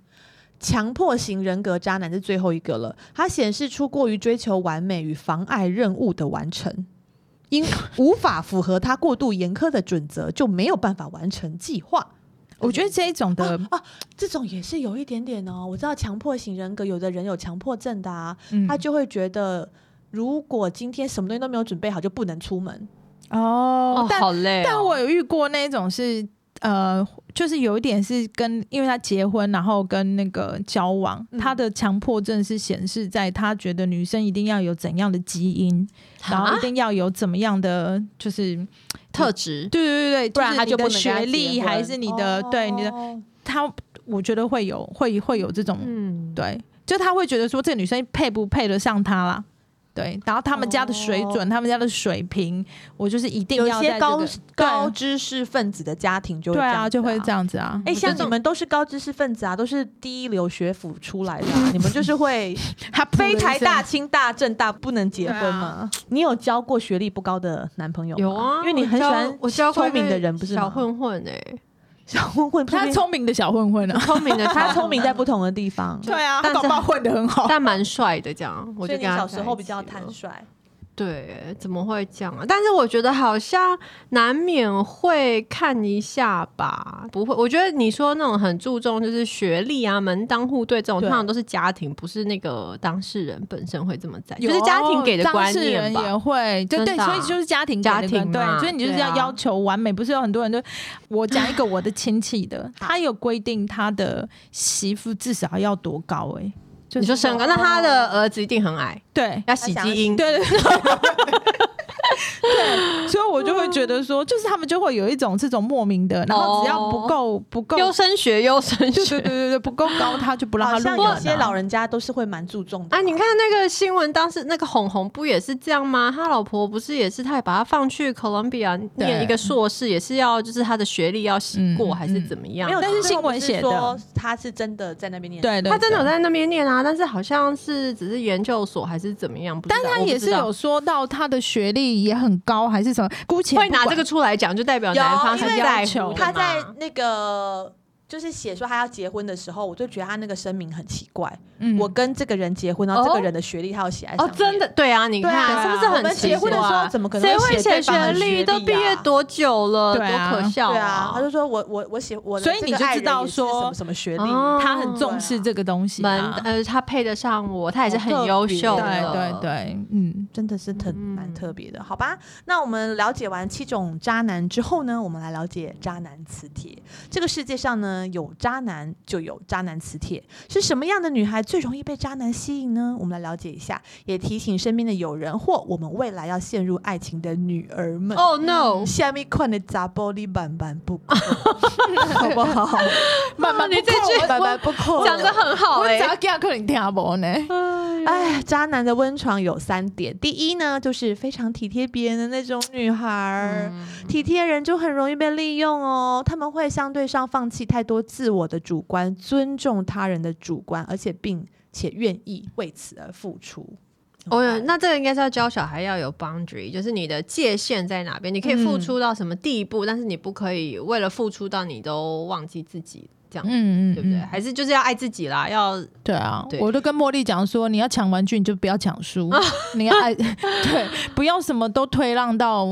[SPEAKER 1] 强迫型人格渣男是最后一个了，它显示出过于追求完美与妨碍任务的完成， 因无法符合他过度严苛的准则，就没有办法完成计划。
[SPEAKER 3] 我觉得这一种的，
[SPEAKER 2] 哦
[SPEAKER 1] 啊这种也是有一点点哦。我知道强迫型人格，有的人有强迫症的啊，
[SPEAKER 3] 嗯
[SPEAKER 1] 他就会觉得如果今天什么东西都没有准备好，就不能出门。
[SPEAKER 3] 哦
[SPEAKER 2] 哦，，
[SPEAKER 3] 但
[SPEAKER 2] 好累哦。
[SPEAKER 3] 但我有遇过那种是。呃，就是有一点是跟，因为他结婚，然后跟那个交往，
[SPEAKER 1] 嗯
[SPEAKER 3] 他的强迫症是显示在他觉得女生一定要有怎样的基因，然后
[SPEAKER 2] 啊
[SPEAKER 3] 一定要有怎么样的，就是
[SPEAKER 2] 特质
[SPEAKER 3] 对对对对，
[SPEAKER 1] 不然他
[SPEAKER 3] 是你
[SPEAKER 1] 就
[SPEAKER 3] 的
[SPEAKER 1] 不能跟他
[SPEAKER 3] 学历
[SPEAKER 1] 结婚
[SPEAKER 3] 还是你的、对你的
[SPEAKER 1] 哦
[SPEAKER 3] 他，我觉得会有会会有这种、
[SPEAKER 2] 嗯，
[SPEAKER 3] 对，就他会觉得说这个女生配不配得上他啦。对，然后他们家的水准，他们家的水平，我就是一定
[SPEAKER 1] 哦有一
[SPEAKER 3] 要在
[SPEAKER 1] 些
[SPEAKER 3] 这
[SPEAKER 1] 高
[SPEAKER 3] 个
[SPEAKER 1] 高知识分子的家庭就
[SPEAKER 3] 对
[SPEAKER 1] 会这
[SPEAKER 3] 对
[SPEAKER 1] 样
[SPEAKER 3] 啊，
[SPEAKER 1] 子
[SPEAKER 3] 就会这样子啊。
[SPEAKER 1] 哎、
[SPEAKER 2] 我觉
[SPEAKER 1] 像
[SPEAKER 2] 得
[SPEAKER 1] 你们都是高知识分子啊，都是第一流学府出来的、啊，你们就是 会
[SPEAKER 3] 他
[SPEAKER 1] 非台大、清大、政大不能结婚
[SPEAKER 3] 啊
[SPEAKER 1] 吗？你有交过学历不高的男朋友吗？
[SPEAKER 2] 有啊，
[SPEAKER 1] 嗯因为你很喜欢
[SPEAKER 2] 我教我教过
[SPEAKER 1] 聪明
[SPEAKER 2] 一个
[SPEAKER 1] 的人不是吗
[SPEAKER 2] 小混混哎，
[SPEAKER 1] 小混混，
[SPEAKER 3] 他聪明的小混混啊，
[SPEAKER 1] 哦
[SPEAKER 2] 聪明的
[SPEAKER 1] 他聪明在不同的地方，
[SPEAKER 3] 对 啊，他
[SPEAKER 2] 但
[SPEAKER 3] 搞
[SPEAKER 2] 是
[SPEAKER 3] 不好混的很好。
[SPEAKER 2] 但蛮帅的，这样我
[SPEAKER 1] 哦所
[SPEAKER 2] 就
[SPEAKER 1] 以你
[SPEAKER 2] 跟他
[SPEAKER 1] 小时候比较
[SPEAKER 2] 在一起
[SPEAKER 1] 坦
[SPEAKER 2] 了
[SPEAKER 1] 率。
[SPEAKER 2] 对，怎么会这样啊？但是我觉得好像难免会看一下吧，不会。我觉得你说那种很注重就是学历啊、门当户对这种，
[SPEAKER 1] 对
[SPEAKER 2] 通常都是家庭，不是那个当事人本身会这么在意，
[SPEAKER 1] 啊
[SPEAKER 3] 有哦
[SPEAKER 2] 就是家庭给的
[SPEAKER 3] 当
[SPEAKER 2] 观
[SPEAKER 3] 事
[SPEAKER 2] 念
[SPEAKER 3] 人
[SPEAKER 2] 吧
[SPEAKER 3] 也。会，对对，
[SPEAKER 2] 真的
[SPEAKER 3] 所
[SPEAKER 2] 啊
[SPEAKER 3] 以就是家庭给
[SPEAKER 2] 家
[SPEAKER 3] 的
[SPEAKER 2] 庭
[SPEAKER 3] 观对，
[SPEAKER 2] 嘛
[SPEAKER 3] 所以你就是
[SPEAKER 2] 对
[SPEAKER 3] 要
[SPEAKER 2] 啊
[SPEAKER 3] 要求完美，不是有很多人都，我讲一个我的亲戚 的，他有规定他的媳妇至少要多高哎、欸就
[SPEAKER 2] 你说
[SPEAKER 3] 是
[SPEAKER 2] 身高，
[SPEAKER 1] 哦
[SPEAKER 2] 那他的儿子一定很矮，
[SPEAKER 3] 对
[SPEAKER 2] 要洗基因。
[SPEAKER 3] 对对对对，所以我就会觉得说，就是他们就会有一种这种莫名的，然后只要不
[SPEAKER 2] 哦
[SPEAKER 3] 够不够，
[SPEAKER 2] 优
[SPEAKER 3] 对
[SPEAKER 2] 生学，优生
[SPEAKER 3] 对
[SPEAKER 2] 学
[SPEAKER 3] 对。对对，不够高他就不让他
[SPEAKER 1] 好
[SPEAKER 3] 入
[SPEAKER 1] 像
[SPEAKER 3] 门、
[SPEAKER 1] 有
[SPEAKER 3] 啊。
[SPEAKER 1] 些老人家都是会蛮注重的
[SPEAKER 2] 啊，你看那个新闻，当时那个红红不也是这样吗？他老婆不是也是，他也把他放去哥伦比亚念一个硕士，也是要就是他的学历要洗过、
[SPEAKER 3] 嗯
[SPEAKER 2] 还是怎么样
[SPEAKER 1] 没？有，
[SPEAKER 3] 但是
[SPEAKER 1] 最后
[SPEAKER 3] 新闻
[SPEAKER 1] 不是
[SPEAKER 3] 写的
[SPEAKER 1] 说他是真的在那边念，，
[SPEAKER 3] 对对，
[SPEAKER 2] 他真的
[SPEAKER 3] 对
[SPEAKER 2] 有在那边念啊，但是好像是只是研究所还是怎么样，不知道
[SPEAKER 3] 但他也是有
[SPEAKER 2] 我
[SPEAKER 3] 说到他的学历也很高，还是什么？姑且
[SPEAKER 2] 不知道会
[SPEAKER 3] 不管
[SPEAKER 2] 拿这个出来讲，就代表
[SPEAKER 1] 有
[SPEAKER 2] 男方
[SPEAKER 1] 因
[SPEAKER 2] 是
[SPEAKER 1] 为
[SPEAKER 2] 在
[SPEAKER 3] 要
[SPEAKER 2] 乎
[SPEAKER 3] 求
[SPEAKER 2] 的
[SPEAKER 1] 他
[SPEAKER 2] 嘛哦
[SPEAKER 1] 在那个就是写说他要结婚的时候，我就觉得他那个声明很奇怪。
[SPEAKER 3] 嗯
[SPEAKER 1] 我跟这个人结婚，然后这个
[SPEAKER 2] 哦
[SPEAKER 1] 人的学历他有写在上
[SPEAKER 2] 哦
[SPEAKER 1] 面，
[SPEAKER 2] 真的对啊，你
[SPEAKER 1] 对啊
[SPEAKER 2] 看是不是
[SPEAKER 1] 我们
[SPEAKER 2] 很奇
[SPEAKER 1] 结婚的时候
[SPEAKER 2] 怪
[SPEAKER 1] 怎么可能
[SPEAKER 2] 谁会
[SPEAKER 1] 写
[SPEAKER 2] 写
[SPEAKER 1] 对方的学历啊
[SPEAKER 2] 历？都毕业多久了，
[SPEAKER 3] 对啊
[SPEAKER 2] 多可笑哦
[SPEAKER 1] 对啊，他就说我我我写我的
[SPEAKER 3] 所以你
[SPEAKER 1] 这个
[SPEAKER 3] 就
[SPEAKER 1] 爱
[SPEAKER 3] 知
[SPEAKER 1] 人
[SPEAKER 3] 道
[SPEAKER 1] 也是
[SPEAKER 3] 说
[SPEAKER 1] 什么什么学历，
[SPEAKER 2] 哦
[SPEAKER 3] 他很重视这个东西、
[SPEAKER 2] 门
[SPEAKER 3] 啊，
[SPEAKER 2] 呃，他配得上我，他也是
[SPEAKER 1] 哦好特
[SPEAKER 2] 很优
[SPEAKER 1] 别
[SPEAKER 2] 秀
[SPEAKER 1] 哦
[SPEAKER 2] 的
[SPEAKER 3] 对对对，嗯，
[SPEAKER 1] 真的是很蛮蛮特别的，好吧？那我们了解完七种渣男之后呢，我们来了解渣男磁铁。这个世界上呢，有渣男就有渣男磁铁，是什么样的女孩最容易被渣男吸引呢？我们来了解一下，也提醒身边的友人或我们未来要陷入爱情的女儿们。
[SPEAKER 2] 哦 no！
[SPEAKER 1] 下面看的砸玻璃板板不扣，好不好？
[SPEAKER 3] 慢慢
[SPEAKER 2] 你这句
[SPEAKER 1] 板板不扣，
[SPEAKER 2] 讲的很好
[SPEAKER 3] 我
[SPEAKER 2] 哎、
[SPEAKER 3] 只 要给客人听不呢。
[SPEAKER 1] 哎，渣男的温床有三点。第一呢，就是非常体贴别人的那种女孩儿，体贴人就很容易被利用哦。他们会相对上放弃太多自我的主观，尊重他人的主观，而且并且愿意为此而付出。
[SPEAKER 2] 哦哟，那这个应该是要教小孩要有 boundary，就是你的界限在哪边，你可以付出到什么地步，但是你不可以为了付出到你都忘记自己，这样、
[SPEAKER 3] 嗯嗯，
[SPEAKER 2] 对不对？
[SPEAKER 3] 嗯？
[SPEAKER 2] 还是就是要爱自己啦，要
[SPEAKER 3] 对啊，
[SPEAKER 2] 对
[SPEAKER 3] 我都跟茉莉讲说，你要抢玩具你就不要抢书， 你要爱对，不要什么都推让到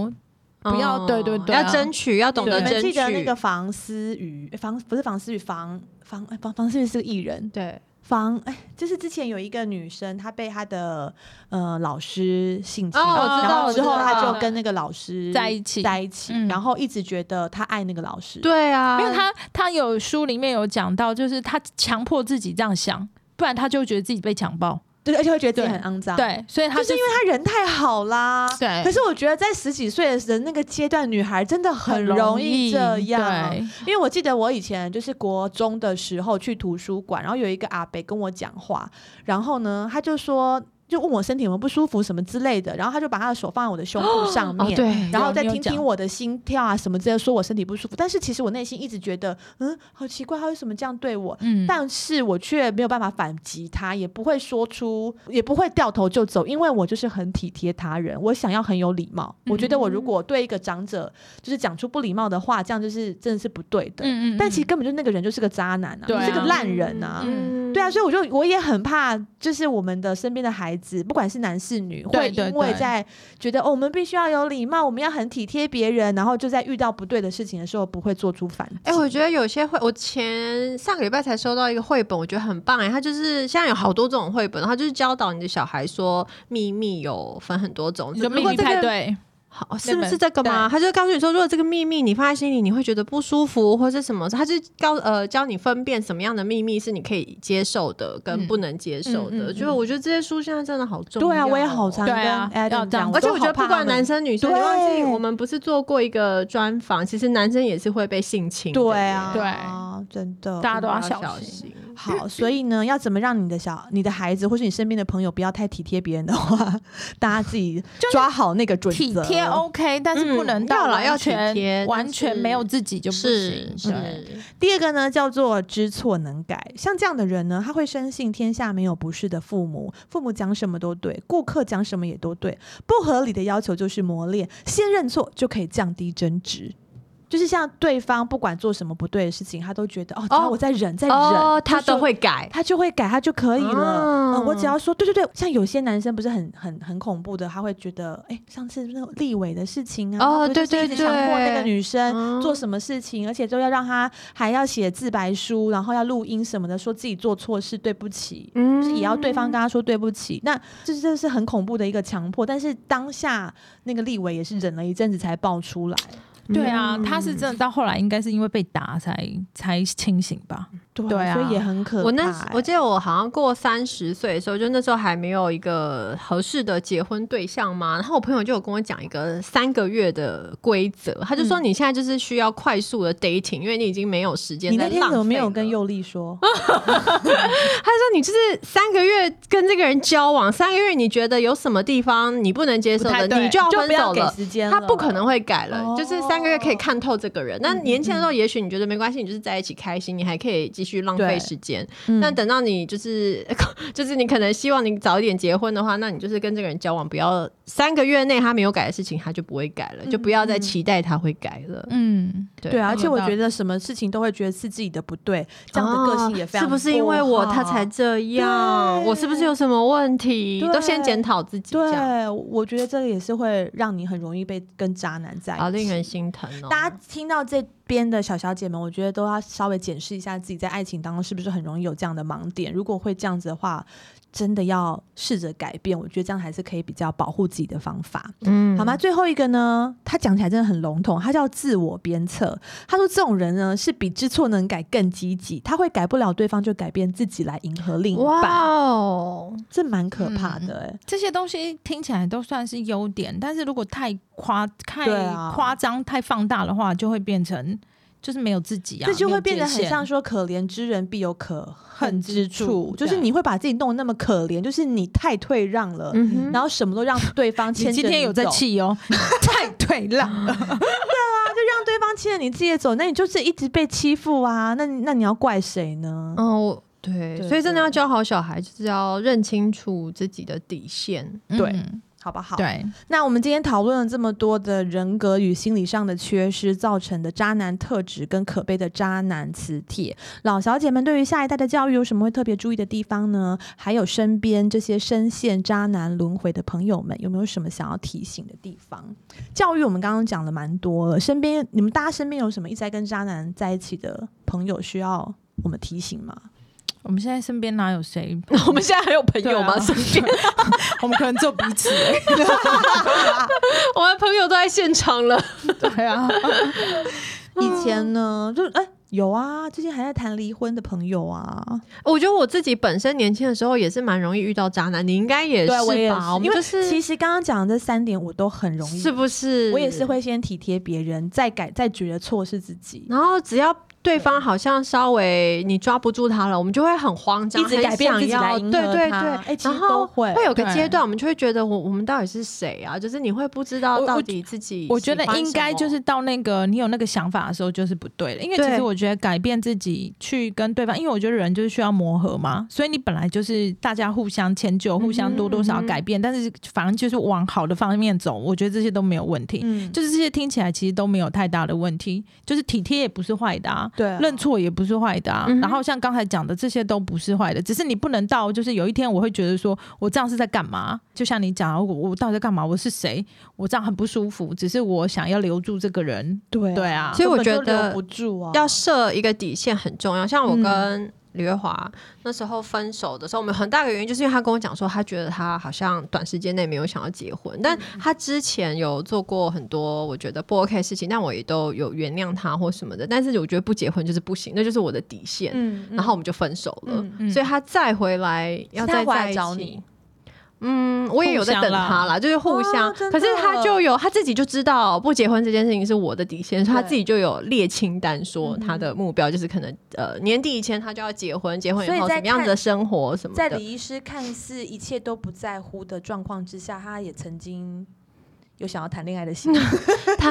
[SPEAKER 3] 不要
[SPEAKER 2] 嗯
[SPEAKER 3] 对对对啊
[SPEAKER 2] 要争取，要懂
[SPEAKER 1] 哦你
[SPEAKER 2] 得
[SPEAKER 1] 们
[SPEAKER 2] 争
[SPEAKER 1] 记
[SPEAKER 2] 取。
[SPEAKER 1] 得那个房思雨，诶房不是房思雨，房房哎房房思雨是个艺人，
[SPEAKER 2] 对，
[SPEAKER 1] 房哎就是之前有一个女生，她被她的呃老师性侵，
[SPEAKER 2] 哦我
[SPEAKER 3] 知道
[SPEAKER 1] 然后
[SPEAKER 3] 我
[SPEAKER 1] 之
[SPEAKER 3] 知
[SPEAKER 1] 后
[SPEAKER 3] 道
[SPEAKER 1] 她就跟那个老师
[SPEAKER 3] 在一起。
[SPEAKER 1] 在一起，
[SPEAKER 3] 嗯
[SPEAKER 1] 然后一直觉得他爱那个老师。，
[SPEAKER 2] 对啊，
[SPEAKER 3] 因为他他有书里面有讲到，就是他强迫自己这样想，不然他就会觉得自己被强暴。
[SPEAKER 1] 对，而且会觉得自己
[SPEAKER 3] 对
[SPEAKER 1] 很肮脏。，
[SPEAKER 3] 对，所以他
[SPEAKER 1] 啊就是因为他人太好啦。
[SPEAKER 3] 对
[SPEAKER 1] 可是我觉得在十几岁的那个阶段，女孩真的很容
[SPEAKER 3] 容
[SPEAKER 1] 易这样。
[SPEAKER 3] 对
[SPEAKER 1] 因为我记得我以前就是国中的时候去图书馆，然后有一个阿北跟我讲话，然后呢，他就说。就问我身体有没有不舒服什么之类的，然后他就把他的手放在我的胸部上面，
[SPEAKER 2] 哦对，
[SPEAKER 1] 然后再
[SPEAKER 3] 有
[SPEAKER 1] 听听，我的心跳啊什么之类的，说我身体不舒服。但是其实我内心一直觉得，嗯，好奇怪，他为什么这样对我？
[SPEAKER 3] 你有讲嗯，
[SPEAKER 1] 但是我却没有办法反击他，也不会说出，也不会掉头就走，因为我就是很体贴他人，我想要很有礼貌。我觉得
[SPEAKER 3] 嗯
[SPEAKER 1] 我如果对一个长者就是讲出不礼貌的话，这样就是真的是不对的。
[SPEAKER 3] 嗯嗯，
[SPEAKER 1] 但其实根本就那个人就是个渣男啊，
[SPEAKER 3] 对啊
[SPEAKER 1] 是个烂人啊。
[SPEAKER 2] 嗯
[SPEAKER 1] 对啊，所以我就我也很怕，就是我们的身边的孩子，不管是男是女，会
[SPEAKER 3] 对对
[SPEAKER 1] 因为
[SPEAKER 3] 对
[SPEAKER 1] 在觉得哦，我们必须要有礼貌，我们要很体贴别人，然后就在遇到不对的事情的时候，不会做出反击。
[SPEAKER 2] 哎、我觉得有些绘，我前上个礼拜才收到一个绘本，我觉得很棒哎、它就是现在有好多这种绘本，它就是教导你的小孩说秘密有分很多种，
[SPEAKER 3] 你说
[SPEAKER 2] 如
[SPEAKER 3] 秘
[SPEAKER 2] 果
[SPEAKER 3] 密
[SPEAKER 2] 这
[SPEAKER 3] 派
[SPEAKER 2] 个
[SPEAKER 3] 对，
[SPEAKER 2] 好是不
[SPEAKER 3] 本
[SPEAKER 2] 是这个吗？他就告诉你说，如果这个秘密你放在心里，你会觉得不舒服或是什么，他就告呃教你分辨什么样的秘密是你可以接受的，跟
[SPEAKER 3] 嗯
[SPEAKER 2] 不能接受
[SPEAKER 1] 嗯嗯
[SPEAKER 2] 的。
[SPEAKER 1] 嗯
[SPEAKER 2] 就是我觉得这些书现在真的好重要哦，
[SPEAKER 1] 对啊，我也好常
[SPEAKER 3] 对
[SPEAKER 1] 跟
[SPEAKER 3] 啊
[SPEAKER 1] Adam
[SPEAKER 3] 要这
[SPEAKER 1] 讲
[SPEAKER 3] 样，
[SPEAKER 2] 而且
[SPEAKER 1] 都
[SPEAKER 2] 我觉得
[SPEAKER 1] 好怕
[SPEAKER 2] 不
[SPEAKER 1] 他
[SPEAKER 2] 管
[SPEAKER 1] 们
[SPEAKER 2] 男生女生，你忘记
[SPEAKER 1] 对
[SPEAKER 2] 我们不是做过一个专访，其实男生也是会被性侵的耶。
[SPEAKER 1] 对啊，
[SPEAKER 3] 对
[SPEAKER 1] 真的，
[SPEAKER 3] 大家都要
[SPEAKER 2] 嗯小
[SPEAKER 3] 小心。
[SPEAKER 1] 好，所以呢，要怎么让你的小、你的孩子或是你身边的朋友不要太体贴别人的话， 大家自己抓好那个准则。
[SPEAKER 3] 体贴哦 OK，但是不
[SPEAKER 2] 嗯
[SPEAKER 3] 能到
[SPEAKER 2] 要啦要
[SPEAKER 3] 完
[SPEAKER 2] 体贴
[SPEAKER 3] 全完
[SPEAKER 2] 但
[SPEAKER 3] 全
[SPEAKER 2] 是
[SPEAKER 3] 没有自己就不
[SPEAKER 2] 是
[SPEAKER 3] 行，
[SPEAKER 2] 是
[SPEAKER 3] 对，
[SPEAKER 1] 第二个呢，叫做知错能改。像这样的人呢，他会深信天下没有不是的父母，父母讲什么都对，顾客讲什么也都对。不合理的要求就是磨练，先认错就可以降低争执。就是像对方不管做什么不对的事情，他都觉得哦，只要我在忍，在忍，
[SPEAKER 2] 哦，
[SPEAKER 1] 就
[SPEAKER 2] 他
[SPEAKER 1] 说
[SPEAKER 2] 都会改。
[SPEAKER 1] 他就会改，他就可以了。
[SPEAKER 2] 哦
[SPEAKER 1] 呃我只要说，对对对，像有些男生不是很很很恐怖的，他会觉得，哎、上次那个立伟的事情啊，
[SPEAKER 2] 哦
[SPEAKER 1] 不是就是
[SPEAKER 2] 对
[SPEAKER 1] 一直
[SPEAKER 2] 对
[SPEAKER 1] 强迫
[SPEAKER 2] 对
[SPEAKER 1] 那个女生
[SPEAKER 2] 嗯
[SPEAKER 1] 做什么事情，而且都要让他还要写自白书，然后要录音什么的，说自己做错事，对不起。
[SPEAKER 2] 嗯
[SPEAKER 1] 就是也要对方跟他说对不起，那这这是很恐怖的一个强迫。但是当下那个立伟也是忍了一阵子才爆出来，
[SPEAKER 3] 对啊，他是真的到后来应该是因为被打才才清醒吧？
[SPEAKER 1] 对
[SPEAKER 3] 对啊
[SPEAKER 1] 所以也很可怕、
[SPEAKER 2] 我那时我
[SPEAKER 1] 哎
[SPEAKER 2] 记得我好像过三十岁的时候，就那时候还没有一个合适的结婚对象嘛。然后我朋友就有跟我讲一个三个月的规则，他就
[SPEAKER 3] 嗯
[SPEAKER 2] 说你现在就是需要快速的 dating，、因为你已经没有时间
[SPEAKER 1] 你
[SPEAKER 2] 在
[SPEAKER 1] 那
[SPEAKER 2] 浪
[SPEAKER 1] 天
[SPEAKER 2] 费了。哦
[SPEAKER 1] 怎么没有跟佑丽说？
[SPEAKER 2] 他说你就是三个月跟这个人交往，三个月你觉得有什什么地方你不能接受
[SPEAKER 3] 不
[SPEAKER 2] 的，
[SPEAKER 3] 太对
[SPEAKER 2] 你就要
[SPEAKER 1] 就
[SPEAKER 2] 分
[SPEAKER 1] 不要
[SPEAKER 2] 手
[SPEAKER 1] 给
[SPEAKER 2] 了。
[SPEAKER 1] 时间了，
[SPEAKER 2] 他不可能会改了，
[SPEAKER 1] 哦嗯
[SPEAKER 2] 就是三个月可以看透这个人。那年轻的时候，也许你觉得没关系，你就是在一起开心，你还可以继续浪
[SPEAKER 1] 对
[SPEAKER 2] 费时间。
[SPEAKER 1] 嗯。
[SPEAKER 2] 但等到你就是 就是你可能希望你早一点结婚的话，那你就是跟这个人交往，不要三个月内他没有改的事情，他就不会改
[SPEAKER 1] 嗯
[SPEAKER 2] 了，就不要再期待他会改了。
[SPEAKER 3] 嗯，
[SPEAKER 1] 对啊，而且我
[SPEAKER 3] 有道
[SPEAKER 1] 觉
[SPEAKER 3] 理
[SPEAKER 1] 得什么事情都会觉得是自己的不对，这样的个性也非常
[SPEAKER 2] 哦是不是因为我
[SPEAKER 1] 好
[SPEAKER 2] 他才这样？
[SPEAKER 1] 对
[SPEAKER 2] 我是不是有什么问题？
[SPEAKER 1] 对
[SPEAKER 2] 都先检讨自己，这样
[SPEAKER 1] 对？我觉得这个也是会让你很容易被跟渣男在
[SPEAKER 2] 好
[SPEAKER 1] 一
[SPEAKER 2] 令
[SPEAKER 1] 起。
[SPEAKER 2] 人心疼哦。
[SPEAKER 1] 大家听到这边的小小姐们，我觉得都要稍微检视一下自己在爱情当中是不是很容易有这样的盲点。如果会这样子的话，真的要试着改变，我觉得这样还是可以比较保护自己的方法，
[SPEAKER 2] 嗯
[SPEAKER 1] 好吗？？最后一个呢，他讲起来真的很笼统，他叫自我鞭策。他说这种人呢是比知错能改更积极，他会改不了对方就改变自己来迎合另一
[SPEAKER 2] 哇
[SPEAKER 1] 半，
[SPEAKER 2] 哦，
[SPEAKER 1] 这蛮可怕的、欸。
[SPEAKER 3] 这些东西听起来都算是优点，但是如果太夸、太
[SPEAKER 1] 对啊
[SPEAKER 3] 夸张、太放大的话，就会变成就是没有自己啊，
[SPEAKER 1] 这就
[SPEAKER 3] 没
[SPEAKER 1] 会
[SPEAKER 3] 有
[SPEAKER 1] 变得
[SPEAKER 3] 界
[SPEAKER 1] 很
[SPEAKER 3] 限
[SPEAKER 1] 像说“可怜之人必有可恨
[SPEAKER 3] 恨
[SPEAKER 1] 之
[SPEAKER 3] 之
[SPEAKER 1] 处
[SPEAKER 3] 处”，
[SPEAKER 1] 就是
[SPEAKER 3] 对
[SPEAKER 1] 你会把自己弄得那么可怜，就是你太退让了，
[SPEAKER 2] 嗯哼，
[SPEAKER 1] 然后什么都让对 方
[SPEAKER 3] 你
[SPEAKER 1] 牵着
[SPEAKER 3] 今天有在
[SPEAKER 1] 走
[SPEAKER 3] 气哦， 太退让了，
[SPEAKER 1] 让对方牵着你自己走，那你就是一直被欺负啊，那你那你要怪谁呢？
[SPEAKER 2] 嗯，我对，
[SPEAKER 1] 对
[SPEAKER 2] 所以真的
[SPEAKER 1] 对
[SPEAKER 2] 要教好小孩，就是要认清楚自己的底 线。
[SPEAKER 1] 对
[SPEAKER 3] 嗯
[SPEAKER 1] 好不好？
[SPEAKER 3] 对，
[SPEAKER 1] 那我们今天讨论了这么多的人格与心理上的缺失造成的渣男特质跟可悲的渣男磁铁，老小姐们对于下一代的教育有什么会特别注意的地方呢？还有身边这些深陷渣男轮回的朋友们，有没有什么想要提醒的地方？教育我们刚刚讲了蛮多了，身边你们大家身边有什么一直在跟渣男在一起的朋友需要我们提醒吗？
[SPEAKER 3] 我们现在身边哪有 谁？
[SPEAKER 2] 我们现在还有朋友吗？
[SPEAKER 3] 对啊
[SPEAKER 2] 身边
[SPEAKER 3] 我们可能做彼此、
[SPEAKER 2] 我们朋友都在现场了。
[SPEAKER 3] 对啊，
[SPEAKER 1] 以前呢，就哎、有啊，最近还在谈离婚的朋友啊，
[SPEAKER 2] 我觉得我自己本身年轻的时候也是蛮容易遇到渣男，你应该也是
[SPEAKER 1] 对，
[SPEAKER 2] 吧？
[SPEAKER 1] 我也
[SPEAKER 2] 我
[SPEAKER 1] 因
[SPEAKER 2] 们
[SPEAKER 1] 为
[SPEAKER 2] 就是
[SPEAKER 1] 其实刚刚讲的这三点我都很容易，
[SPEAKER 2] 是不是？
[SPEAKER 1] 我也是。会先体贴别人，再改，再觉得错是自己，
[SPEAKER 2] 然后只要对方好像稍微你抓不住他了，我们就会很慌张，
[SPEAKER 1] 一直改变
[SPEAKER 2] 很
[SPEAKER 1] 自己
[SPEAKER 2] 想
[SPEAKER 1] 来
[SPEAKER 2] 要
[SPEAKER 1] 迎合
[SPEAKER 2] 对对对，
[SPEAKER 1] 他哎其实
[SPEAKER 2] 然后
[SPEAKER 1] 都会
[SPEAKER 2] 有个
[SPEAKER 3] 对
[SPEAKER 2] 阶段，我们就会觉得我我们到底是谁啊？就是你会不知道
[SPEAKER 3] 我我
[SPEAKER 2] 到底自己
[SPEAKER 3] 我觉得
[SPEAKER 2] 喜欢
[SPEAKER 3] 应该
[SPEAKER 2] 什么
[SPEAKER 3] 就是到那个你有那个想法的时候，就是不对了。因为其
[SPEAKER 2] 对
[SPEAKER 3] 实我觉得改变自己去跟对方，因为我觉得人就是需要磨合嘛，所以你本来就是大家互相迁就，互相多多
[SPEAKER 2] 嗯
[SPEAKER 3] 少少改变，但是反正就是往好的方面走，我觉得这些都没有问题。
[SPEAKER 1] 嗯，
[SPEAKER 3] 就是这些听起来其实都没有太大的问题，就是体贴也不是坏的啊，
[SPEAKER 1] 对啊
[SPEAKER 3] 认错也不是坏的啊。
[SPEAKER 2] 嗯哼
[SPEAKER 3] 然后像刚才讲的，这些都不是坏的，只是你不能到就是有一天我会觉得说我这样是在干嘛？就像你讲啊，我我到底在干嘛？我是谁？我这样很不舒服，只是我想要留住这个人。
[SPEAKER 1] 对
[SPEAKER 3] 对啊
[SPEAKER 2] 其实我
[SPEAKER 1] 根本就
[SPEAKER 2] 觉得
[SPEAKER 1] 留不住啊，
[SPEAKER 2] 要设一个底线很重要。像我
[SPEAKER 1] 嗯
[SPEAKER 2] 跟李月华那时候分手的时候，我们很大的原因就是因为他跟我讲说，他觉得他好像短时间内没有想要结婚，但
[SPEAKER 1] 嗯
[SPEAKER 2] 他之前有做过很多我觉得不 OK 的事情，但我也都有原谅他或什么的。但是我觉得不结婚就是不行，那就是我的底线。
[SPEAKER 1] 嗯，嗯
[SPEAKER 2] 然后我们就分手了。
[SPEAKER 1] 嗯
[SPEAKER 3] 嗯
[SPEAKER 2] 所以他再回来
[SPEAKER 1] 是
[SPEAKER 2] 要
[SPEAKER 1] 他
[SPEAKER 2] 再
[SPEAKER 1] 回来
[SPEAKER 2] 在一起
[SPEAKER 1] 找你。
[SPEAKER 2] 嗯，我也有在等他啦，就是互相。
[SPEAKER 1] 哦真的
[SPEAKER 2] 可是他就有他自己就知道不结婚这件事情是我的底线，所以他自己就有列清单，说他的目标就是可能呃年底以前他就要结婚，结婚以
[SPEAKER 1] 所以
[SPEAKER 2] 后
[SPEAKER 1] 在
[SPEAKER 2] 什么样子
[SPEAKER 1] 看
[SPEAKER 2] 的生活什么
[SPEAKER 1] 在
[SPEAKER 2] 的。
[SPEAKER 1] 李医师看似一切都不在乎的状况之下，他也曾经有想要谈恋爱的 心，
[SPEAKER 2] 他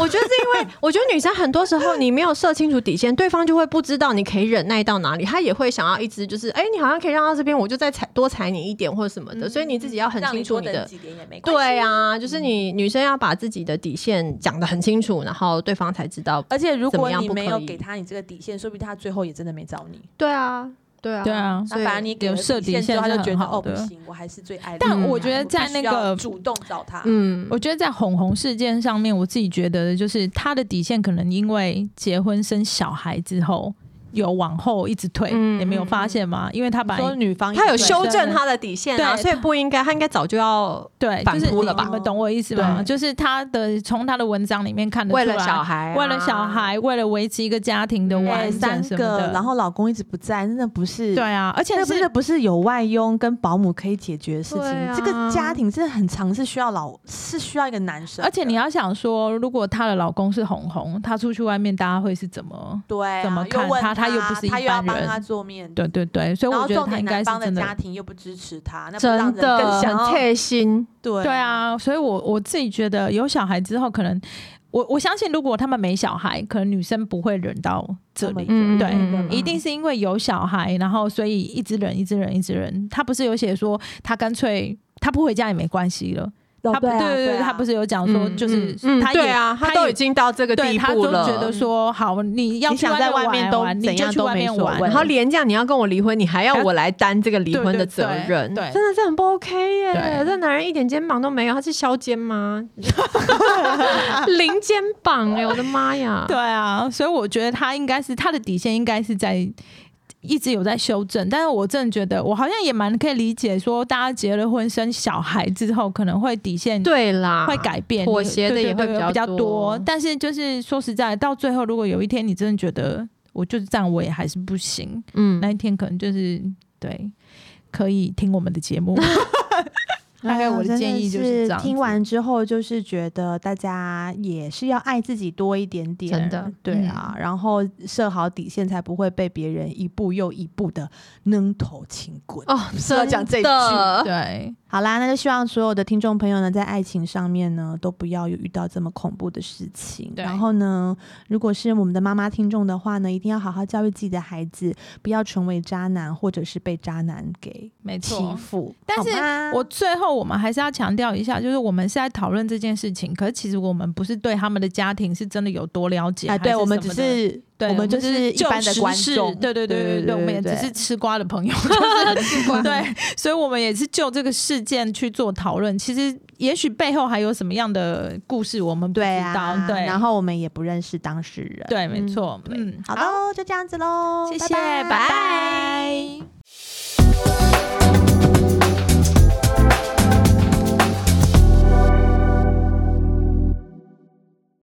[SPEAKER 2] 我觉得是因为我觉得女生很多时候你没有设清楚底线，对方就会不知道你可以忍耐到哪里，他也会想要一直就是哎、你好像可以让到这边，我就再踩多踩你一点或者什么的，所以你自己要很
[SPEAKER 1] 嗯让
[SPEAKER 2] 清
[SPEAKER 1] 你
[SPEAKER 2] 楚
[SPEAKER 1] 多
[SPEAKER 2] 你的
[SPEAKER 1] 等几年也没关系。
[SPEAKER 2] 对啊，就是你女生要把自己的底线讲得很清楚，然后对方才知道。
[SPEAKER 1] 而且如
[SPEAKER 2] 怎么
[SPEAKER 1] 果
[SPEAKER 2] 样
[SPEAKER 1] 你
[SPEAKER 2] 不
[SPEAKER 1] 没
[SPEAKER 2] 可
[SPEAKER 1] 有
[SPEAKER 2] 以
[SPEAKER 1] 给他你这个底线，说不定他最后也真的没找你。
[SPEAKER 2] 对啊，对啊，
[SPEAKER 3] 对啊
[SPEAKER 1] 那反而你给
[SPEAKER 3] 有
[SPEAKER 1] 了
[SPEAKER 3] 设
[SPEAKER 1] 底线
[SPEAKER 3] 底
[SPEAKER 1] 之后，他
[SPEAKER 3] 线
[SPEAKER 1] 就是觉
[SPEAKER 3] 很
[SPEAKER 1] 得
[SPEAKER 3] 好
[SPEAKER 1] 哦不
[SPEAKER 3] 的
[SPEAKER 1] 行，我还是最爱。
[SPEAKER 3] 但
[SPEAKER 2] 我
[SPEAKER 3] 觉得在那个
[SPEAKER 1] 主动找他，
[SPEAKER 2] 嗯，
[SPEAKER 3] 我觉得在红红事件上面，我自己觉得就是他的底线可能因为结婚生小孩之后。有往后一直退，
[SPEAKER 2] 嗯
[SPEAKER 3] 你没有发现吗？因为他把
[SPEAKER 1] 说女方
[SPEAKER 2] 他有
[SPEAKER 1] 一直
[SPEAKER 2] 修
[SPEAKER 1] 对
[SPEAKER 2] 正他的底线啊，
[SPEAKER 3] 对
[SPEAKER 2] 所以不应该，他应该早就要
[SPEAKER 3] 对，
[SPEAKER 2] 反
[SPEAKER 3] 就是
[SPEAKER 2] 扑
[SPEAKER 3] 你
[SPEAKER 2] 了吧
[SPEAKER 3] 你们懂我意思吗？就是他的从他的文章里面看嗯得出
[SPEAKER 2] 为
[SPEAKER 3] 来，
[SPEAKER 2] 了小孩啊、
[SPEAKER 3] 为了小孩，为了维持一个家庭的
[SPEAKER 1] 哎
[SPEAKER 3] 完
[SPEAKER 1] 三
[SPEAKER 3] 整什么
[SPEAKER 1] 个
[SPEAKER 3] 的，，
[SPEAKER 1] 然后老公一直不在，那不是
[SPEAKER 3] 对。啊，而且
[SPEAKER 1] 那真的
[SPEAKER 3] 是
[SPEAKER 1] 不是有外佣跟保姆可以解决的事情，
[SPEAKER 2] 对啊
[SPEAKER 1] 这个家庭真的很长，是需要老是需要一个男生的，
[SPEAKER 3] 而且你要想说，如果她的老公是红红，她出去外面，大家会是怎么？
[SPEAKER 1] 对啊
[SPEAKER 3] 怎么看
[SPEAKER 1] 又问
[SPEAKER 3] 他
[SPEAKER 1] 他
[SPEAKER 3] 他又不是一
[SPEAKER 1] 他又要
[SPEAKER 3] 般
[SPEAKER 1] 帮
[SPEAKER 3] 人
[SPEAKER 1] 他做面子，
[SPEAKER 3] 对对对，所以
[SPEAKER 1] 然
[SPEAKER 3] 我
[SPEAKER 1] 后
[SPEAKER 3] 觉得
[SPEAKER 1] 重
[SPEAKER 3] 她
[SPEAKER 1] 点
[SPEAKER 3] 应该
[SPEAKER 1] 男
[SPEAKER 3] 是
[SPEAKER 1] 方的
[SPEAKER 3] 真
[SPEAKER 1] 家
[SPEAKER 3] 的。
[SPEAKER 1] 庭又不支持他，那不让
[SPEAKER 2] 真
[SPEAKER 1] 人更
[SPEAKER 2] 的
[SPEAKER 1] 想
[SPEAKER 2] 很
[SPEAKER 1] 要
[SPEAKER 2] 贴心，
[SPEAKER 1] 对
[SPEAKER 3] 对，啊，所以我我自己觉得有小孩之后，可能我我相信，如果他们没小孩，可能女生不会忍到这里。
[SPEAKER 2] 嗯
[SPEAKER 3] 对
[SPEAKER 2] 嗯
[SPEAKER 3] 一定是因为有小孩，然后所以一直忍，一直忍，一直忍。他不是有写说，他干脆他不回家也没关系了。他不
[SPEAKER 1] 对啊
[SPEAKER 3] 对
[SPEAKER 1] 对啊
[SPEAKER 3] 他不是有讲说，
[SPEAKER 2] 嗯
[SPEAKER 3] 就是
[SPEAKER 2] 嗯
[SPEAKER 3] 他也
[SPEAKER 2] 对啊，
[SPEAKER 3] 他
[SPEAKER 2] 他都
[SPEAKER 3] 也
[SPEAKER 2] 已经到这个
[SPEAKER 3] 对
[SPEAKER 2] 地
[SPEAKER 3] 他
[SPEAKER 2] 步
[SPEAKER 3] 都
[SPEAKER 2] 了，
[SPEAKER 3] 觉得说好，你要
[SPEAKER 1] 你
[SPEAKER 3] 去
[SPEAKER 1] 想在外面
[SPEAKER 3] 面
[SPEAKER 1] 都
[SPEAKER 3] 玩
[SPEAKER 1] 怎
[SPEAKER 3] 你
[SPEAKER 1] 样
[SPEAKER 3] 就去
[SPEAKER 1] 都
[SPEAKER 3] 外
[SPEAKER 1] 没
[SPEAKER 3] 面
[SPEAKER 1] 所
[SPEAKER 3] 玩，
[SPEAKER 1] 谓
[SPEAKER 2] 然后廉价你要跟我离婚，你还要我来担这个离婚的责任，
[SPEAKER 3] 对对对对
[SPEAKER 2] 真的是很不 OK 耶！
[SPEAKER 3] 对
[SPEAKER 2] 这男人一点肩膀都没有，他是削肩吗？ 零肩膀哎，我的妈呀！
[SPEAKER 3] 对啊，所以我觉得他应该是他的底线应该是在一直有在修正，但是我真的觉得我好像也蛮可以理解，说大家结了婚生小孩之后，可能会底线
[SPEAKER 2] 对啦，
[SPEAKER 3] 会改变，
[SPEAKER 2] 妥协的
[SPEAKER 3] 对
[SPEAKER 2] 也会
[SPEAKER 3] 对
[SPEAKER 2] 比
[SPEAKER 3] 对
[SPEAKER 2] 较
[SPEAKER 3] 比较
[SPEAKER 2] 多
[SPEAKER 3] 但是就是说实在，到最后如果有一天你真的觉得我就是这样，我也还是不行，
[SPEAKER 2] 嗯
[SPEAKER 3] 那一天可能就是对，可以听我们 的节目。大概我的建议就是
[SPEAKER 1] 啊真
[SPEAKER 3] 这
[SPEAKER 1] 的
[SPEAKER 3] 样
[SPEAKER 1] 是
[SPEAKER 3] 子
[SPEAKER 1] 听完之后，就是觉得大家也是要爱自己多一点点，
[SPEAKER 2] 真的，
[SPEAKER 1] 对
[SPEAKER 3] 嗯
[SPEAKER 1] 啊，然后设好底线，才不会被别人一步又一步的扔头轻滚。
[SPEAKER 2] 哦，
[SPEAKER 1] 适合讲这一句
[SPEAKER 2] 真的
[SPEAKER 3] 对，
[SPEAKER 1] 好啦，那就希望所有的听众朋友呢，在爱情上面呢，都不要有遇到这么恐怖的事情。
[SPEAKER 3] 对
[SPEAKER 1] 然后呢，如果是我们的妈妈听众的话呢，一定要好好教育自己的孩子，不要成为渣男，或者是被渣男给
[SPEAKER 3] 没
[SPEAKER 1] 欺
[SPEAKER 3] 错。
[SPEAKER 1] 负。
[SPEAKER 3] 但是
[SPEAKER 1] 好吗
[SPEAKER 3] 我最后我们还是要强调一下，就是我们是在讨论这件事情，可是其实我们不是对他们的家庭是真的有多了解，
[SPEAKER 1] 啊，
[SPEAKER 3] 还
[SPEAKER 1] 对
[SPEAKER 3] 什
[SPEAKER 1] 我们
[SPEAKER 3] 么
[SPEAKER 1] 只
[SPEAKER 3] 的
[SPEAKER 1] 是
[SPEAKER 3] 对，
[SPEAKER 1] 我们就
[SPEAKER 3] 就是
[SPEAKER 1] 一般的
[SPEAKER 3] 就
[SPEAKER 1] 观
[SPEAKER 3] 时事
[SPEAKER 1] 众，
[SPEAKER 3] 对对对对对，我们也只是吃瓜的朋友，就是 对，所以我们也是就这个事件去做讨论。其实也许背后还有什么样的故事，我们不知
[SPEAKER 1] 对
[SPEAKER 3] 道
[SPEAKER 1] 啊，，
[SPEAKER 3] 对，
[SPEAKER 1] 然后我们也不认识当事人。
[SPEAKER 3] 对，没错，嗯，
[SPEAKER 1] 好喽，就这样子喽，
[SPEAKER 3] 谢
[SPEAKER 1] 拜
[SPEAKER 3] 谢
[SPEAKER 1] 拜
[SPEAKER 3] 拜拜